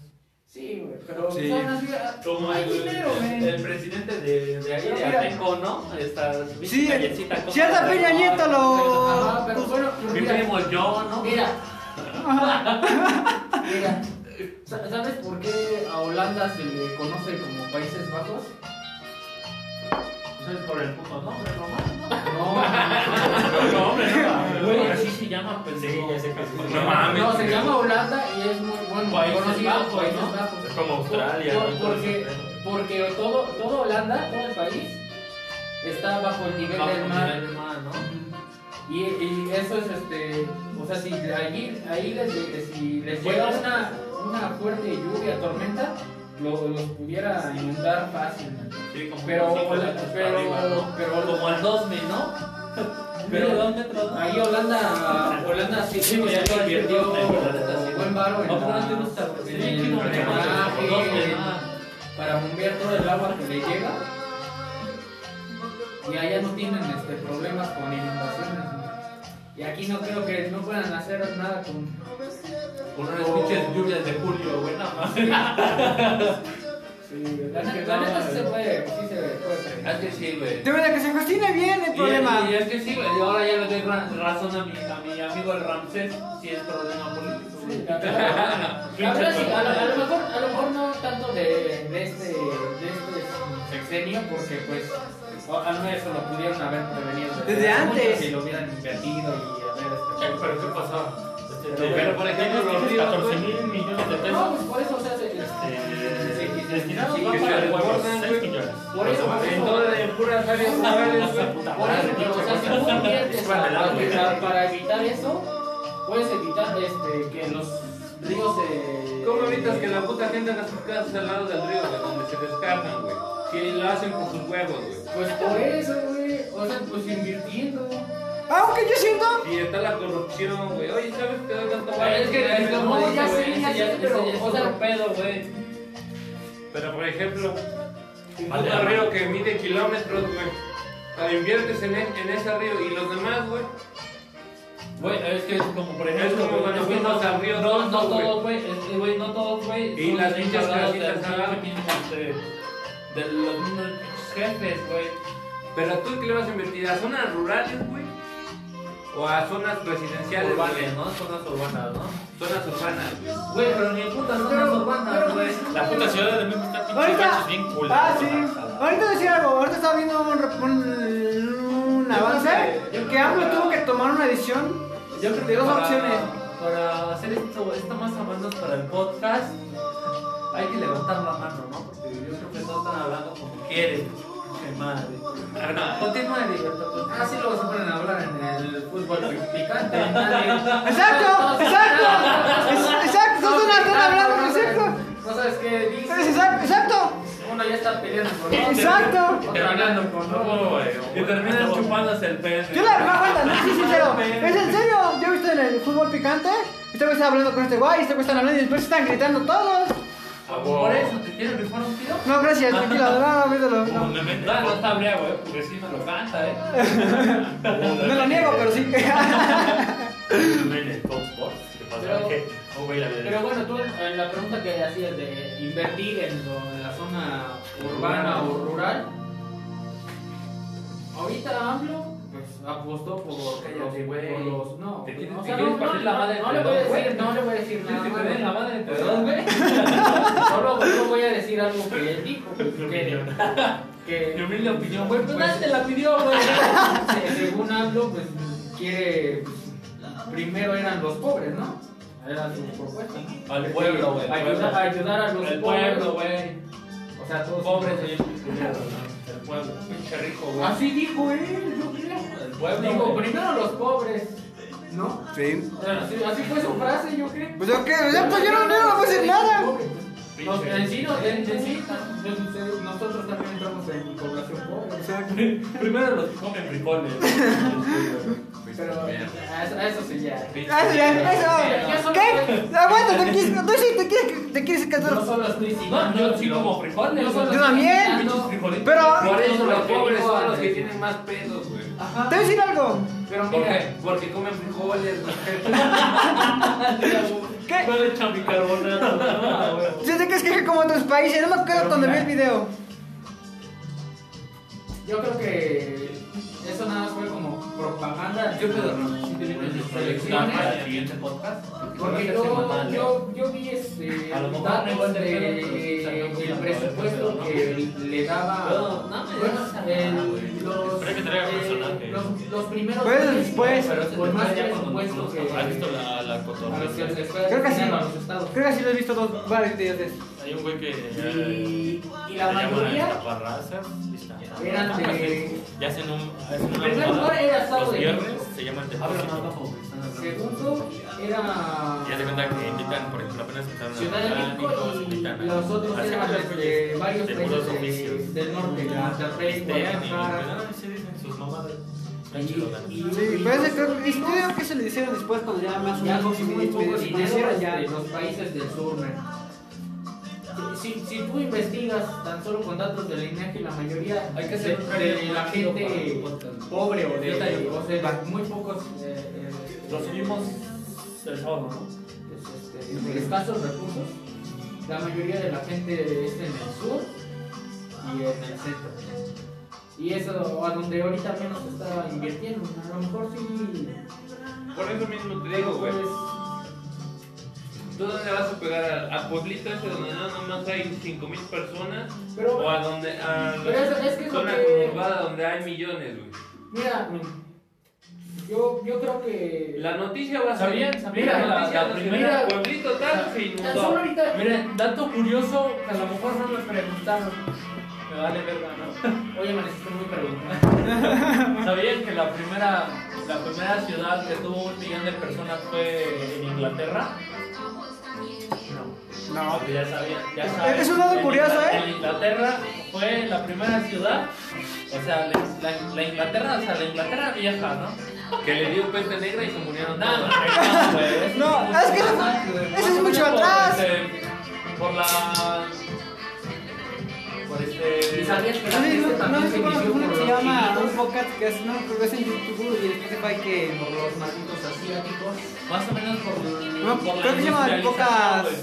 Speaker 2: Sí, güey, pero
Speaker 6: Sí.
Speaker 2: son las ciudades-
Speaker 8: Como
Speaker 2: hay
Speaker 8: el,
Speaker 2: dinero,
Speaker 8: el,
Speaker 2: güey.
Speaker 8: presidente de, de ahí, de
Speaker 2: Mira.
Speaker 8: Ateco, ¿no? Esta
Speaker 1: Sí,
Speaker 8: callecita, ¿cómo
Speaker 1: si anda
Speaker 8: se
Speaker 1: Peña
Speaker 8: llama?
Speaker 1: Nieto
Speaker 2: Ajá,
Speaker 1: lo.
Speaker 2: Ah, pero bueno, pero
Speaker 8: Mi
Speaker 2: mira,
Speaker 8: primo yo, ¿no?
Speaker 2: mira. Mira, Sa- ¿sabes por qué a Holanda se le conoce como Países Bajos?
Speaker 8: Eso es por el puto nombre, ¿no?
Speaker 2: No,
Speaker 8: No, hombre, no.
Speaker 2: Güey.
Speaker 8: Así se llama, pues, pendejo.
Speaker 6: No mames.
Speaker 2: no, se llama Holanda y es muy bueno,
Speaker 8: Países
Speaker 2: conocido
Speaker 8: Bajos,
Speaker 2: Países
Speaker 8: ¿no?
Speaker 2: Bajos.
Speaker 6: Es como Australia.
Speaker 2: Por-
Speaker 6: ¿no?
Speaker 2: porque porque todo, todo Holanda, todo el país, está bajo el nivel
Speaker 8: Bajo
Speaker 2: del
Speaker 8: el
Speaker 2: mar.
Speaker 8: nivel del mar, ¿no?
Speaker 2: Y, y eso es este. O sea, si allí, ahí les, este, si les llega una, una fuerte lluvia, tormenta, lo- los pudiera inundar fácil.
Speaker 8: Sí, como
Speaker 2: Pero-
Speaker 8: unos cinco metros para
Speaker 2: pero-
Speaker 8: arriba, ¿no?
Speaker 2: pero-
Speaker 8: como al 2000, ¿no?
Speaker 2: Pero-
Speaker 8: Mira, dos metros, ¿no?
Speaker 2: Ahí Holanda, Holanda sí, sí, ya se invirtió buen varo en
Speaker 8: No, pero
Speaker 2: la-
Speaker 8: antes no estaba. Sí,
Speaker 2: en el
Speaker 8: sí, no, no,
Speaker 2: drenaje,
Speaker 8: no, no,
Speaker 2: en-
Speaker 8: no.
Speaker 2: para bombear todo el agua que le llega. Y allá no tienen este, problemas con inundaciones. ¿no? Y aquí no creo que no puedan hacer nada con.
Speaker 8: Unas pinches lluvias de julio, güey, nada más.
Speaker 2: Sí, la la neta sí se puede, sí se puede
Speaker 8: Es
Speaker 2: frenar.
Speaker 8: que sí, güey.
Speaker 1: De verdad que se gestione bien el
Speaker 8: Y-
Speaker 1: problema.
Speaker 8: Y es que sí, güey. Ahora ya le doy ra- razón a mi, a mi amigo el Ramsés. Si es problema político, güey.
Speaker 2: La verdad, la verdad sí, a, lo, a lo mejor, a lo mejor no tanto de, de este, de este sexenio, porque pues a a nuestro lo pudieron haber prevenido
Speaker 1: Desde
Speaker 2: hace mucho
Speaker 1: antes.
Speaker 2: Si lo hubieran invertido y haber
Speaker 6: Che,
Speaker 2: este.
Speaker 6: Pero, ¿qué pasaba?
Speaker 8: pero, por ejemplo, los ríos,
Speaker 6: 14 mil millones de
Speaker 2: No,
Speaker 6: pesos.
Speaker 2: pues por eso, o sea, se, se- se- Este, se destinaron
Speaker 6: Sí,
Speaker 2: más
Speaker 6: que
Speaker 2: para
Speaker 6: se
Speaker 2: el
Speaker 6: guardan,
Speaker 2: pueblo.
Speaker 6: güey.
Speaker 2: Seis millones. Por eso, por
Speaker 4: En
Speaker 2: eso.
Speaker 4: todas en puras áreas rurales, güey.
Speaker 2: Por eso, pero, o sea, si tú inviertes
Speaker 6: Escuela del
Speaker 2: para,
Speaker 6: agua.
Speaker 2: para- para evitar eso, puedes evitar este, que los ríos se.
Speaker 4: ¿Cómo evitas que la puta gente haga sus casas al lado del río, güey? Donde se descargan, güey. Que lo hacen por sus huevos, güey.
Speaker 2: Pues por eso, güey. O sea, pues invirtiendo.
Speaker 1: Aunque yo siento.
Speaker 4: Y está la corrupción, güey. Oye, ¿sabes qué da tanto
Speaker 8: Güey, Es que es como
Speaker 2: No,
Speaker 8: dice,
Speaker 2: ya
Speaker 8: güey,
Speaker 2: sé,
Speaker 8: ese
Speaker 2: ya sé,
Speaker 8: ese
Speaker 2: pero,
Speaker 8: ya es
Speaker 2: o sea-
Speaker 8: otro pedo, güey.
Speaker 4: Pero por ejemplo, un
Speaker 6: Vale,
Speaker 4: puto
Speaker 6: vale.
Speaker 4: río que mide kilómetros, güey. Ah, Inviertes en, e- en ese río y los demás, güey.
Speaker 8: Güey, es que es como por
Speaker 4: Es
Speaker 8: ejemplo,
Speaker 4: como
Speaker 8: güey,
Speaker 4: cuando
Speaker 8: es que no-
Speaker 4: fuimos al río
Speaker 8: No, no
Speaker 4: Tonto, güey.
Speaker 8: todos, güey, es que, güey, no todos, güey.
Speaker 4: Y
Speaker 8: son
Speaker 4: las
Speaker 8: los
Speaker 4: pinches
Speaker 8: encargados de
Speaker 4: casitas
Speaker 8: hacer
Speaker 4: al lado.
Speaker 8: los mismos, este, De los mismos pinches jefes, güey.
Speaker 4: Pero tú qué le vas a invertir a zonas rurales, güey. O a zonas presidenciales,
Speaker 8: Urbanes,
Speaker 4: güey.
Speaker 8: ¿no? Zonas urbanas, ¿no?
Speaker 4: Zonas urbanas, güey.
Speaker 8: Güey, pero pues, ni putas zonas
Speaker 1: Pero- pero-
Speaker 8: urbanas, güey.
Speaker 6: La puta ciudad de México está pinche
Speaker 1: Ahorita.
Speaker 6: gachos bien cool.
Speaker 1: Ah, sí. Ahorita decir algo. Ahorita estaba viendo un, rep- un, un avance que AMLO tuvo que tomar una decisión de dos
Speaker 8: para-
Speaker 1: opciones.
Speaker 8: Para hacer esto, esto más o menos para el podcast, hay que levantar la mano, ¿no? Porque yo creo que todos están hablando como quieren. Qué madre. Continúa, Heriberto.
Speaker 2: Ah, sí, luego se ponen a hablar en el fútbol picante. nadie-
Speaker 1: Exacto, exacto, es- exacto, todos
Speaker 2: No,
Speaker 1: están hablando,
Speaker 2: no sabes-
Speaker 1: exacto.
Speaker 2: No sabes qué dice.
Speaker 1: Es exacto, exacto,
Speaker 2: Uno ya está peleando con otro.
Speaker 1: exacto.
Speaker 2: Otro hablando con otro.
Speaker 8: Y terminan chupándose el pez.
Speaker 1: Yo la verdad, falta, no soy sincero. Es en serio. Yo he visto en el fútbol picante. Este güey está hablando con este guay, este güey está hablando y después están gritando todos.
Speaker 8: Por eso, ¿te quieres rifar un tiro?
Speaker 1: No, gracias, tranquilo, no, mételo.
Speaker 6: Como
Speaker 1: No,
Speaker 6: me meten
Speaker 8: No, no
Speaker 6: por-
Speaker 8: está brea, güey,
Speaker 4: pues,
Speaker 8: porque sí me lo canta, eh.
Speaker 1: no lo niego, pero sí.
Speaker 6: en el Fox Sports, que
Speaker 2: Pero-
Speaker 6: pasaba que un güey la vida
Speaker 2: Pero bueno, tú en la pregunta que hacías de invertir en, lo- en la zona urbana o rural, ahorita AMLO pues, apostó por los,
Speaker 8: Cállate, güey.
Speaker 2: por los no,
Speaker 8: Te tienes-
Speaker 2: no, o
Speaker 8: te
Speaker 2: sea,
Speaker 8: quieres
Speaker 2: no,
Speaker 8: partir
Speaker 2: no,
Speaker 8: la madre,
Speaker 2: no le voy a
Speaker 8: perdón, güey.
Speaker 2: decir, no le voy a decir nada.
Speaker 8: Sí,
Speaker 2: más,
Speaker 8: me ven la
Speaker 2: güey.
Speaker 8: madre,
Speaker 2: Perdón,
Speaker 8: perdón, güey.
Speaker 2: güey. Solo, solo voy a decir algo que él dijo, que, que
Speaker 8: Mi humilde opinión,
Speaker 2: güey,
Speaker 8: güey.
Speaker 2: pues
Speaker 8: Pues
Speaker 2: nadie te
Speaker 8: la pidió, güey.
Speaker 2: Se- según AMLO, pues quiere pues, primero eran los pobres, ¿no? Era su propuesta. ¿no?
Speaker 6: Al pueblo, güey.
Speaker 2: Ayuda- ayudar a los
Speaker 6: El
Speaker 2: pobres.
Speaker 6: pueblo, güey.
Speaker 2: O sea, todos
Speaker 6: Pobres oye, primero, ¿no? El pueblo. Pinche rico, güey.
Speaker 2: Así dijo él, yo creo.
Speaker 6: El pueblo.
Speaker 2: Digo,
Speaker 6: güey.
Speaker 2: primero los pobres, ¿no?
Speaker 1: Sí.
Speaker 2: Así, así fue su frase, yo creo.
Speaker 1: Pues yo qué, ya pues yo no, yo no voy a hacer nada.
Speaker 2: Los
Speaker 6: Pinche-
Speaker 2: vecinos, en en sí, nosotros también entramos en población pobre.
Speaker 6: Primero los que comen frijoles.
Speaker 2: Pero a eso, a eso sí ya.
Speaker 1: Eso Ah, ya, eso. ¿Qué? Aguanta, ¿te quieres, tú sí te quieres, te quieres casar.
Speaker 2: No solo estoy
Speaker 6: No,
Speaker 2: siguiendo.
Speaker 6: yo sí como frijoles.
Speaker 2: Yo
Speaker 6: güey.
Speaker 2: solo
Speaker 1: Yo también.
Speaker 2: estoy mirando.
Speaker 6: Frijoles.
Speaker 1: Pero-
Speaker 4: Por eso
Speaker 2: Porque
Speaker 4: los pobres
Speaker 2: digo,
Speaker 4: son los que
Speaker 2: eh,
Speaker 4: tienen más pedos, güey.
Speaker 2: Ajá.
Speaker 1: Te voy a decir algo.
Speaker 2: Pero
Speaker 4: ¿Por
Speaker 2: mira,
Speaker 4: qué? Porque comen frijoles, güey.
Speaker 1: ¿Qué?
Speaker 6: ¿Cuál es chambicarbonato? Ah, güey.
Speaker 1: Yo sé que es que como otros países, no me acuerdo cuando vi el video.
Speaker 2: yo creo que eso nada más fue como propaganda.
Speaker 4: Yo pedo no.
Speaker 2: Sí, te digo,
Speaker 6: Pues,
Speaker 2: las
Speaker 6: este,
Speaker 2: elecciones.
Speaker 6: para el siguiente podcast.
Speaker 2: Porque
Speaker 6: Porque
Speaker 2: yo,
Speaker 6: semanal, ¿eh?
Speaker 2: yo, yo vi este
Speaker 6: A lo mejor no
Speaker 2: datos
Speaker 6: es el pedo, pero sí
Speaker 2: de
Speaker 6: sacamos
Speaker 2: el
Speaker 6: la
Speaker 2: presupuesto
Speaker 6: madre,
Speaker 2: que le daba
Speaker 6: No, no me
Speaker 2: bueno,
Speaker 6: digas
Speaker 2: el-
Speaker 6: nada, güey.
Speaker 2: los,
Speaker 6: Espera que traiga
Speaker 2: eh,
Speaker 6: personaje.
Speaker 2: los, los primeros
Speaker 1: Pues,
Speaker 2: meses,
Speaker 1: pues,
Speaker 6: Pero este
Speaker 2: con más
Speaker 6: tema ya cuando nos
Speaker 2: presupuesto
Speaker 6: conozcamos.
Speaker 2: que
Speaker 6: ¿Has visto la, la
Speaker 2: a los que
Speaker 6: cotorriza?
Speaker 2: se les fue
Speaker 1: Creo que sí.
Speaker 2: destinado a los estados.
Speaker 1: Creo que sí lo he visto dos varios videos de eso.
Speaker 6: Hay un güey que. eh,
Speaker 2: Y, y la
Speaker 6: se llama
Speaker 2: mayoría
Speaker 6: Taparrazas, está-
Speaker 2: eran de
Speaker 6: Y hacen un. hacen
Speaker 2: En
Speaker 6: una
Speaker 2: primer
Speaker 6: rodada.
Speaker 2: lugar era Estado
Speaker 6: Los
Speaker 2: de
Speaker 6: viernes
Speaker 2: México.
Speaker 6: se llaman depósito.
Speaker 2: segundo era
Speaker 6: Y haz de cuenta que invitan, por ejemplo, apenas invitaron a
Speaker 2: Ciudad de México
Speaker 6: Atlanticos,
Speaker 2: y
Speaker 6: invitan a-
Speaker 2: los otros
Speaker 6: hacen
Speaker 2: eran
Speaker 6: varios
Speaker 2: este,
Speaker 6: güeyes
Speaker 2: varios
Speaker 6: de puros
Speaker 2: países de-
Speaker 6: oficios. Este
Speaker 2: del norte, Monterrey,
Speaker 6: Pistean y
Speaker 2: Guadalajara.
Speaker 6: ah, sí dicen sus mamadas.
Speaker 2: Y-
Speaker 6: Está chido, ¿verdad?
Speaker 2: y-
Speaker 1: Sí, pero es que y yo digo que se le hicieron después cuando ya más o
Speaker 2: Ya
Speaker 1: menos
Speaker 2: con
Speaker 1: se
Speaker 2: muy poco dinero
Speaker 1: desvanecieron, ya.
Speaker 2: de los países del sur, man. Si, si tú investigas tan solo con datos del linaje, la mayoría
Speaker 9: Hay que hacer
Speaker 2: de,
Speaker 9: un
Speaker 2: de
Speaker 9: radio
Speaker 2: la
Speaker 9: rápido
Speaker 2: gente
Speaker 9: para un podcast.
Speaker 2: pobre o
Speaker 9: Yo te
Speaker 2: de,
Speaker 9: ayudo.
Speaker 2: o sea, de muy pocos eh, eh,
Speaker 6: Lo subimos el sábado,
Speaker 2: pues, este, de escasos recursos, la mayoría de la gente es en el sur y en el centro. Y eso a donde ahorita menos se está invirtiendo, a lo mejor sí.
Speaker 4: Por eso mismo te digo, güey.
Speaker 2: pues,
Speaker 4: ¿Tú dónde vas a pegar? ¿A, a Pueblito ese donde nada más hay 5.000 personas?
Speaker 2: Pero-
Speaker 4: ¿O a donde.? A
Speaker 2: Pero eso- es que es lo
Speaker 4: zona
Speaker 2: que-
Speaker 4: conurbada donde hay millones, güey.
Speaker 2: Mira, yo, yo creo que.
Speaker 4: La noticia va a ser.
Speaker 6: ¿Sabían? ¿Sabían?
Speaker 4: Mira,
Speaker 6: La-
Speaker 4: la, noticia
Speaker 6: la
Speaker 4: va a ser,
Speaker 6: primera-
Speaker 4: "Mira, Pueblito tal se
Speaker 2: Tan solo
Speaker 4: inundó.
Speaker 2: ahorita.
Speaker 6: Miren, dato curioso que a lo mejor no me preguntaron. Me vale verga, ¿no?
Speaker 2: Hoy amaneciste muy preguntado.
Speaker 6: ¿Sabían que la primera, la primera ciudad que tuvo un millón de personas fue en Inglaterra? No.
Speaker 1: No.
Speaker 6: Pues ya sabían, ya saben.
Speaker 1: Es un dato
Speaker 6: En
Speaker 1: curioso,
Speaker 6: Ingla-
Speaker 1: ¿eh?
Speaker 6: en Inglaterra fue la primera ciudad. O sea, la, la- la Inglaterra, o sea, la Inglaterra vieja, ¿no?
Speaker 4: Que le dio peste negra y se murieron
Speaker 6: Nada,
Speaker 4: todos.
Speaker 6: no, güey.
Speaker 1: No, es que eso fue- eso es mucho
Speaker 6: Por,
Speaker 1: atrás.
Speaker 6: este, por la. Por
Speaker 2: ¿Y
Speaker 6: este.
Speaker 2: sabías que la
Speaker 1: No sé, Eh,
Speaker 2: gente
Speaker 1: no, no
Speaker 2: también
Speaker 1: sé
Speaker 2: se
Speaker 1: si conoces
Speaker 2: inició
Speaker 1: uno
Speaker 2: por
Speaker 1: que se
Speaker 2: los
Speaker 1: llama un
Speaker 2: chiquitos,
Speaker 1: podcast que es, no, pero es en YouTube y en Spotify que...
Speaker 2: por los malditos asiáticos?
Speaker 6: Más o menos por.
Speaker 1: No,
Speaker 6: por la
Speaker 1: creo que se llama
Speaker 6: industrialización,
Speaker 1: Pocas
Speaker 6: güey.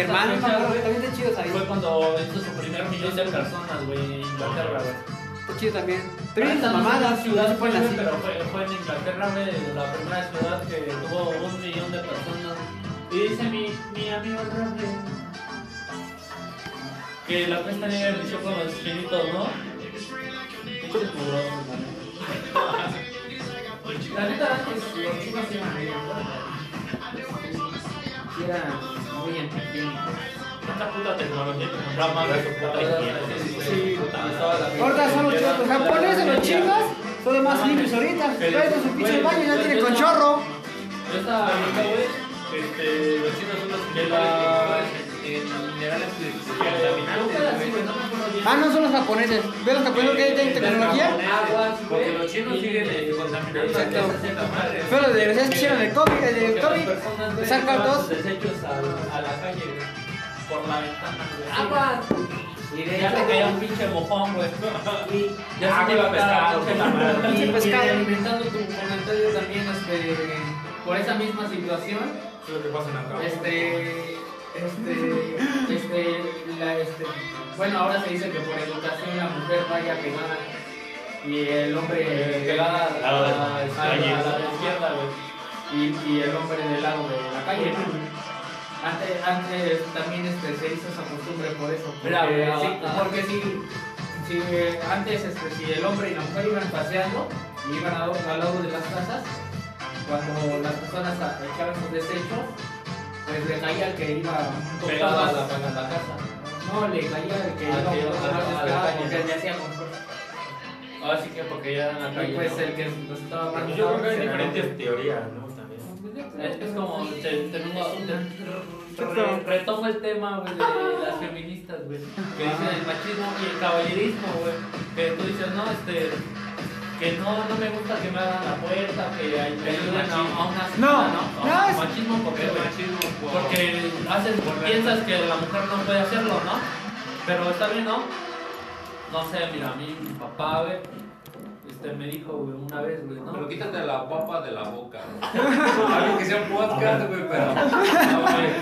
Speaker 1: Hermanos,
Speaker 6: Esa fecha, güey,
Speaker 1: también está chido ahí.
Speaker 6: Fue cuando hizo su primer millón de personas, güey, en Inglaterra, güey.
Speaker 1: Está chido también.
Speaker 6: Pero
Speaker 1: También
Speaker 6: esta
Speaker 1: estas
Speaker 6: no fue
Speaker 1: mamadas,
Speaker 6: una ciudad,
Speaker 1: se ponen
Speaker 6: güey,
Speaker 1: así.
Speaker 6: pero fue, fue en Inglaterra, güey, la primera ciudad que tuvo un millón de personas. Y dice mi, mi amigo Rafi que la peste negra inició con los chinitos, ¿no? Pinche tiburón, hermano.
Speaker 2: La neta, antes los chicos iban a ir a Era muy antihigiénico.
Speaker 6: Esta puta tecnología que compraba más de su puta higiene.
Speaker 2: Ah, Sí, estaba la gente-
Speaker 1: Ahorita son los chicos, los japoneses, los chinos, son los más limpios ahorita. Pero su pinche baño ya tiene con chorro.
Speaker 6: Yo estaba ahorita, güey, este, los chinos son los que la...
Speaker 4: Minerales
Speaker 6: Nunca las
Speaker 4: contaminantes,
Speaker 6: hice,
Speaker 4: güey.
Speaker 6: no me acuerdo bien.
Speaker 1: Ah, no, son los japoneses. ¿Ves los japoneses que tienen tecnología?
Speaker 4: Aguas, Porque los chinos siguen eh, contaminando.
Speaker 1: Exacto.
Speaker 4: les hacen la madre.
Speaker 1: Pero de desgracia es chino del COVID, el del
Speaker 6: Que las personas,
Speaker 1: COVID,
Speaker 6: güey,
Speaker 1: sacan
Speaker 6: llevan
Speaker 1: dos.
Speaker 6: sus desechos a, a la calle, güey, por la ventana, güey.
Speaker 2: ¡Aguas! Y de
Speaker 6: Ah, pues. Ya te caía un pinche mojón, güey. Ya se te iba a pescar,
Speaker 2: pescado,
Speaker 6: güey, pues, la madre.
Speaker 2: Y,
Speaker 1: Pinche
Speaker 2: y
Speaker 1: pescado.
Speaker 2: de alimentando tu comentario también este, por esa misma situación,
Speaker 10: Es lo que pasa en acá.
Speaker 2: este, este, este, la, este, bueno, ahora se dice que por educación la mujer vaya pegada y el hombre
Speaker 6: Eh,
Speaker 2: pegada
Speaker 6: Pegada a la- a
Speaker 2: a- a-
Speaker 6: la izquierda, güey.
Speaker 2: y, y el hombre del lado de la calle. Antes, antes también este, se hizo esa costumbre por eso. Porque,
Speaker 6: Mira, mira,
Speaker 2: sí,
Speaker 6: ah.
Speaker 2: porque si, si, eh, antes este, si el hombre y la mujer iban paseando y iban a- al lado de las casas,
Speaker 11: cuando las personas echaban sus desechos, pues le caía el que iba
Speaker 2: Pegado a la,
Speaker 11: tocaba-
Speaker 2: a la casa.
Speaker 11: No, le caía el que
Speaker 2: Al
Speaker 11: iba
Speaker 2: que iba
Speaker 11: más
Speaker 2: a la
Speaker 11: descarado,
Speaker 2: calle.
Speaker 11: porque le hacía con fuerza.
Speaker 2: Ahora sí que porque ya eran la
Speaker 11: Y
Speaker 2: calle.
Speaker 11: pues
Speaker 2: ¿no?
Speaker 11: el que estaba más
Speaker 6: Porque Yo creo que hay
Speaker 11: descarado,
Speaker 6: diferentes teorías, ¿no? También.
Speaker 2: Es, es como, te, termino- te- re- retomo el tema, güey, de las feministas, güey, que
Speaker 1: Ah.
Speaker 2: dicen el machismo y el caballerismo, güey, que tú dices, no, este, que no, no me gusta que me hagan la puerta, que ay- me ayuden a, a una cita,
Speaker 1: No,
Speaker 2: ¿no?
Speaker 1: no, es-
Speaker 2: machismo, porque,
Speaker 4: El
Speaker 2: güey,
Speaker 4: machismo pues. por-
Speaker 2: porque haces, piensas que la mujer no puede hacerlo, ¿no? Pero está bien, ¿no? No sé, mira, a mí, mi papá, güey, este, me dijo, güey, una vez, güey, ¿no?
Speaker 4: Pero quítate la papa de la boca. güey. Algo que sea un podcast, güey, pero.
Speaker 2: No, güey,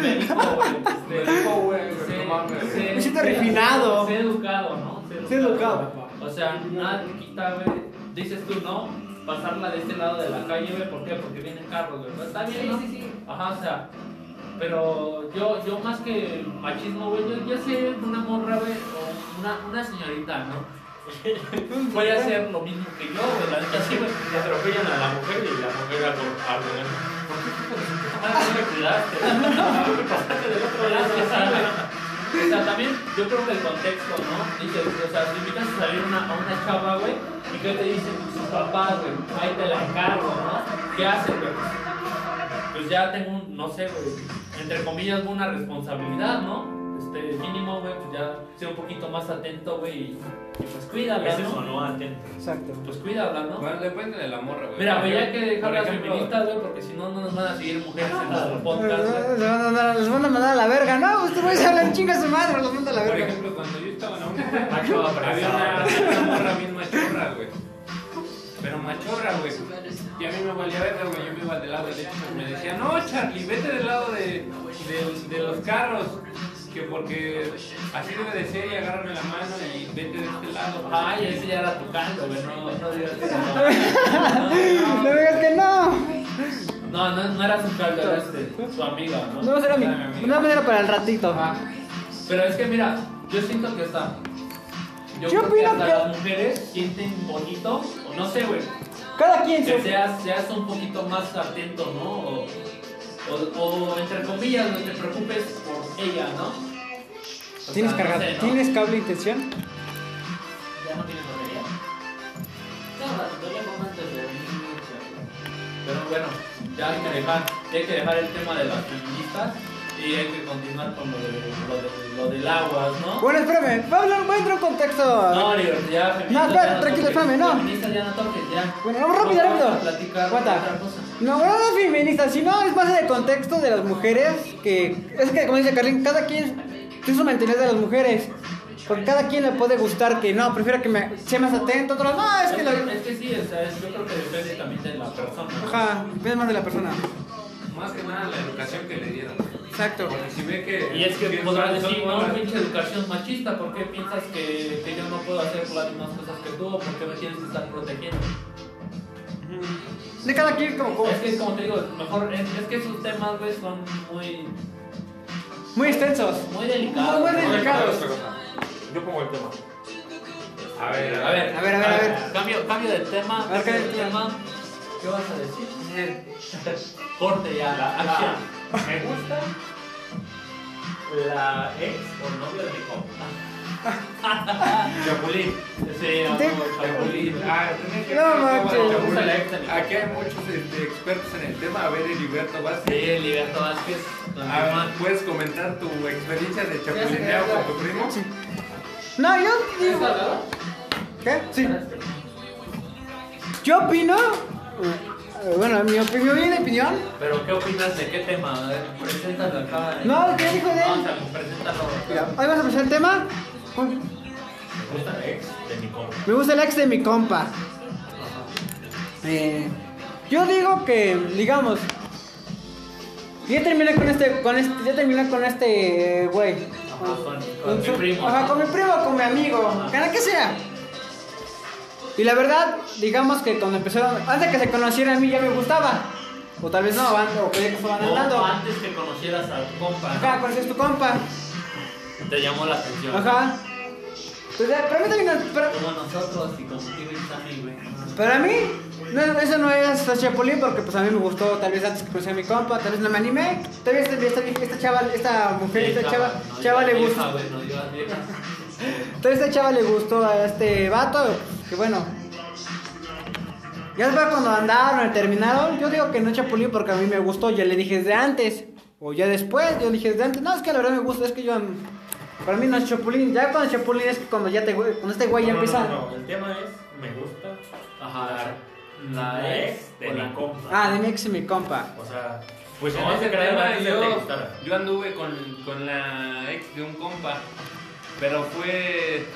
Speaker 2: me dijo, güey, este,
Speaker 11: Dijo, güey,
Speaker 2: Sé-
Speaker 11: no mames.
Speaker 2: sé-
Speaker 1: Me siento
Speaker 2: sé-
Speaker 1: refinado.
Speaker 2: Sé educado, ¿no?
Speaker 1: Sé educado.
Speaker 2: O sea, nada te quita, güey. Dices tú, no, pasarla de este lado de la calle, güey. ¿Por qué? Porque vienen carros, güey. Pero Está bien, ¿no? Ajá, o sea. Pero yo, yo más que machismo, güey, yo, yo sé una morra, güey, o una, una señorita, ¿no? Voy a hacer lo mismo que yo, güey, la neta sí, güey.
Speaker 6: Le atropellan a la mujer y la mujer a al hombre.
Speaker 2: Ah, no me cuidaste. Pasaste del otro lado, sí, güey. O sea, también yo creo que el contexto, ¿no? Dice, o sea, si invitas a salir una- a una chava, güey, y que te dicen sus papás, güey, ahí te la encargo, ¿no? ¿Qué haces, güey? Pues ya tengo un, no sé, güey, entre comillas, una responsabilidad, ¿no? Este, mínimo, güey, pues ya sé un poquito más atento, güey, y, y pues cuídala,
Speaker 6: Ese
Speaker 2: ¿no?
Speaker 6: sonó atento.
Speaker 1: Exacto.
Speaker 2: Pues cuídala, ¿no?
Speaker 4: Bueno, depende de la morra, güey.
Speaker 2: Mira, güey, ya que dejar
Speaker 4: Por
Speaker 2: las
Speaker 4: ejemplo,
Speaker 2: feministas, güey, porque si no, no nos van a seguir mujeres en nuestro podcast, güey.
Speaker 1: Les van, a mandar, les van a mandar a la verga. No, pues, este ustedes güeyes hablan chinga a su madre, los manda a la
Speaker 4: Por
Speaker 1: verga.
Speaker 4: ejemplo, cuando yo estaba en la uni,
Speaker 6: Macho
Speaker 4: había
Speaker 6: apresado.
Speaker 4: una, una morra bien machorra, güey. Pero machorra, güey. Y a mí me valía verga, güey. Yo me iba del lado derecho. Me decía, no, Charlie, vete del lado de, de- de los carros. Que porque así debe de ser y agárrame la mano y vete de este lado.
Speaker 2: Ay, ese ya era tu canto, güey, no, no digas eso.
Speaker 1: No digas que no.
Speaker 2: No, no, no era su canto, era este, su amiga, ¿no?
Speaker 1: No, será mi. Una manera para el ratito.
Speaker 2: Ah, Pero es que mira, yo siento que está.
Speaker 1: Yo
Speaker 2: Yo, creo
Speaker 1: opino
Speaker 2: hasta
Speaker 1: que-
Speaker 2: las mujeres sienten bonito, o no sé, güey,
Speaker 1: Cada quien
Speaker 2: que
Speaker 1: su.
Speaker 2: seas, seas un poquito más atento, ¿no? O, o, o, entre comillas, no te preocupes por ella, ¿no? O
Speaker 1: ¿Tienes
Speaker 2: sea, no
Speaker 1: cargado?
Speaker 2: sé, ¿no?
Speaker 1: ¿Tienes cable intención?
Speaker 2: Ya no tiene batería. No, la batería como antes de Pero bueno, ya hay que dejar, ya hay que dejar el tema de las feministas y hay que continuar con lo, de, lo, de- lo del agua, ¿no?
Speaker 1: Bueno, espérame. Va a hablar, va a entrar un contexto.
Speaker 2: No, libertad feminista.
Speaker 1: espera,
Speaker 2: ya
Speaker 1: tranquilo,
Speaker 2: toques.
Speaker 1: espérame, no.
Speaker 2: Feministas ya no toques, ya.
Speaker 1: Bueno, vamos rápido,
Speaker 2: Vamos
Speaker 1: rápido.
Speaker 2: a platicar de
Speaker 1: Aguanta.
Speaker 2: otra cosa.
Speaker 1: No, bueno, no es feminista, sino es base de contexto de las mujeres. Que es que, como dice Carlín, cada quien es su mentalidad de las mujeres. Porque cada quien le puede gustar que no, prefiero que me sea más atento. Otros, no, es que la.
Speaker 2: Es que sí, o sea, es- yo creo que depende también de la persona.
Speaker 1: Ajá, depende más de la persona.
Speaker 4: Más que nada la educación que le dieron.
Speaker 1: Exacto.
Speaker 4: Porque si ve que.
Speaker 2: Y es que
Speaker 4: que
Speaker 2: podrás
Speaker 4: son-
Speaker 2: decir,
Speaker 4: son
Speaker 2: no,
Speaker 4: morras-
Speaker 2: pinche educación machista, ¿por qué piensas que, que yo no puedo hacer las mismas cosas que tú? ¿O por qué me tienes que estar protegiendo?
Speaker 1: De cada quien, como. como-
Speaker 2: Es que, como te digo, mejor, es, es que esos temas, güey, son muy,
Speaker 1: Muy extensos.
Speaker 2: muy delicados.
Speaker 1: Muy, muy
Speaker 2: ¿no?
Speaker 1: delicados. Carlos.
Speaker 6: Yo pongo el tema.
Speaker 4: A ver,
Speaker 2: A ver,
Speaker 1: A ver, a ver, a ver.
Speaker 2: Cambio, cambio de tema.
Speaker 1: A ver, cambio
Speaker 2: cambio de
Speaker 1: de tema.
Speaker 2: tema. ¿Qué vas a decir? Corte ya, la acción.
Speaker 6: Me gusta la ex o novia de mi compa. Chapulín.
Speaker 2: Sí, a
Speaker 1: Te-
Speaker 2: huevo, chapulín.
Speaker 4: Ah, tenés que-
Speaker 1: No manches.
Speaker 4: Bueno, Aquí hay muchos este, expertos en el tema. A ver, Heriberto
Speaker 2: Sí,
Speaker 4: Vázquez.
Speaker 2: Liberto Vázquez. don
Speaker 4: A
Speaker 2: Román.
Speaker 4: ver, ¿Puedes comentar tu experiencia de chapulineo con tu primo?
Speaker 1: Sí. No, yo digo. ¿Qué? Sí. Yo opino. eh, Bueno, mi opinión, mi opinión.
Speaker 2: Pero, ¿qué opinas de qué tema? A ver, Preséntalo acá.
Speaker 1: No, ¿qué dijo de él?
Speaker 2: No, o sea, preséntalo.
Speaker 1: Mira, ahí vas a empezar el tema.
Speaker 6: Me gusta la ex de mi compa.
Speaker 1: Me gusta el ex de mi compa. Eh, yo digo que, digamos, ya terminé con este, con este, ya terminé con este eh, güey.
Speaker 2: Ajá, con- con
Speaker 1: su-
Speaker 2: mi primo,
Speaker 1: Ajá,
Speaker 2: ¿no?
Speaker 1: con mi primo, con mi amigo, con el que sea. Y la verdad, digamos que cuando empezaron, antes que se conociera a mí ya me gustaba. O tal vez no, an- o creía que estaban andando.
Speaker 2: O antes que conocieras a tu compa,
Speaker 1: Ajá,
Speaker 2: ¿no?
Speaker 1: conoces tu compa.
Speaker 2: te llamó la atención.
Speaker 1: Ajá. Pues, eh, para mí también no- para,
Speaker 2: Como nosotros y como Steven Sammy, güey.
Speaker 1: para mí, no, eso no es Chapulín porque pues a mí me gustó tal vez antes que conocí a mi compa, tal vez no me animé. Tal vez esta, esta, esta chava, esta mujer, esta chava,
Speaker 2: no,
Speaker 1: chava le
Speaker 2: yo
Speaker 1: gusta.
Speaker 2: vieja, güey, no, yo las viejas.
Speaker 1: Entonces esta chava le gustó a este vato, que bueno. Ya después cuando andaron, terminaron, yo digo que no Chapulín porque a mí me gustó, ya le dije desde antes. O ya después, yo le dije desde antes, no, es que la verdad me gusta, es que yo... Para mí no es Chapulín, ya cuando Chapulín es que cuando ya te... Cuando este güey ya
Speaker 6: No, no,
Speaker 1: empieza...
Speaker 6: no, no, el tema es, me gusta
Speaker 2: Ajá,
Speaker 6: la ex de
Speaker 2: o
Speaker 6: la
Speaker 2: la-
Speaker 6: compa.
Speaker 1: Ah, de mi ex y mi compa.
Speaker 6: O sea, pues
Speaker 4: En
Speaker 6: no vas
Speaker 4: ese
Speaker 6: a creer
Speaker 4: tema,
Speaker 6: antes de que te
Speaker 4: yo,
Speaker 6: gustara.
Speaker 4: yo anduve con, con la ex de un compa, pero fue,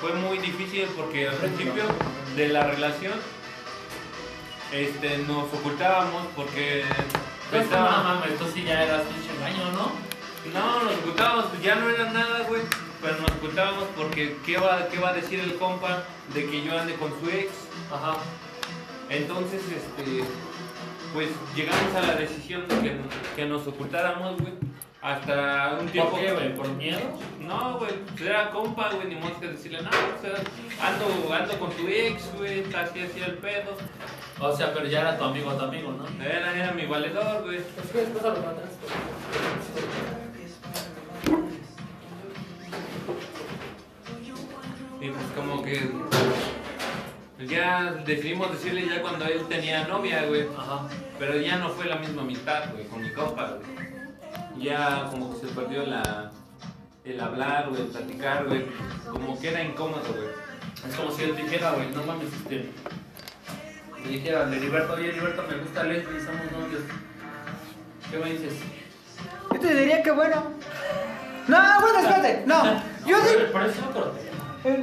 Speaker 4: fue muy difícil porque al principio de la relación este, nos ocultábamos porque
Speaker 2: Pues no
Speaker 4: pensábamos-
Speaker 2: mames, tú sí ya eras pinche engaño, ¿no?
Speaker 4: no, nos ocultábamos, ya no era nada, güey. Pero nos ocultábamos porque ¿qué va, ¿qué va a decir el compa de que yo ande con su ex? Ajá. Entonces, este, pues llegamos a la decisión de que, que nos ocultáramos, güey. Hasta un tiempo.
Speaker 2: ¿Por qué, güey? ¿Por miedo?
Speaker 4: No, güey, pues era compa, güey, ni modo que decirle, no, o sea, ando, ando con tu ex, güey, está así, así el pedo.
Speaker 2: O sea, pero ya era tu amigo, tu amigo, ¿no?
Speaker 4: Era, era mi valedor, güey.
Speaker 12: Es que después a los atrás.
Speaker 4: Y pues como que ya decidimos decirle ya cuando él tenía novia, güey.
Speaker 2: Ajá.
Speaker 4: Pero ya no fue la misma amistad, güey, con mi compa, güey. Ya como que se perdió la, el hablar, güey, el platicar, güey. Como que era incómodo, güey.
Speaker 2: Es como si yo te dijera, güey, no mames, este. Te dijera, Heriberto, oye, Heriberto, me gusta Leslie, somos novios. ¿Qué me dices?
Speaker 1: Yo te diría que bueno. No, bueno, espérate, no. Yo digo...
Speaker 2: Por eso no corté.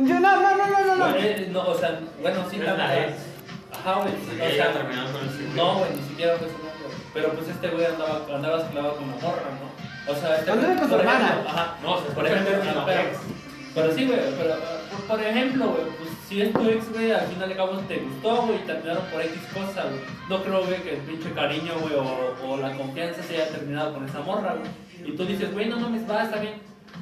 Speaker 1: Yo no, no, no, no, no. no.
Speaker 2: Bueno, eh, no, o sea, bueno, sí, la
Speaker 6: Pero es la
Speaker 2: verdad.
Speaker 6: ex.
Speaker 2: Ajá, güey.
Speaker 6: Porque
Speaker 2: o
Speaker 6: ella
Speaker 2: sea,
Speaker 6: terminó con ese güey.
Speaker 2: No, güey, ni siquiera fue su novio. Pero pues este güey andaba, andaba esclavado como morra, ¿no? O sea, este
Speaker 1: Andaba
Speaker 2: güey,
Speaker 1: con
Speaker 2: por
Speaker 1: su hermana.
Speaker 2: ejemplo, Ajá, no, o sea, por
Speaker 6: Pero
Speaker 2: ejemplo,
Speaker 6: era
Speaker 2: no,
Speaker 6: una
Speaker 2: pero,
Speaker 6: ex.
Speaker 2: pero sí, güey, pero eh, pues, por ejemplo, güey, pues si es tu ex, güey, al final de cabo te gustó, güey, y terminaron por X cosas, güey. No creo, güey, que el pinche cariño, güey, o, o la confianza se haya terminado con esa morra, güey. Y tú dices, güey, no mames, va, está bien.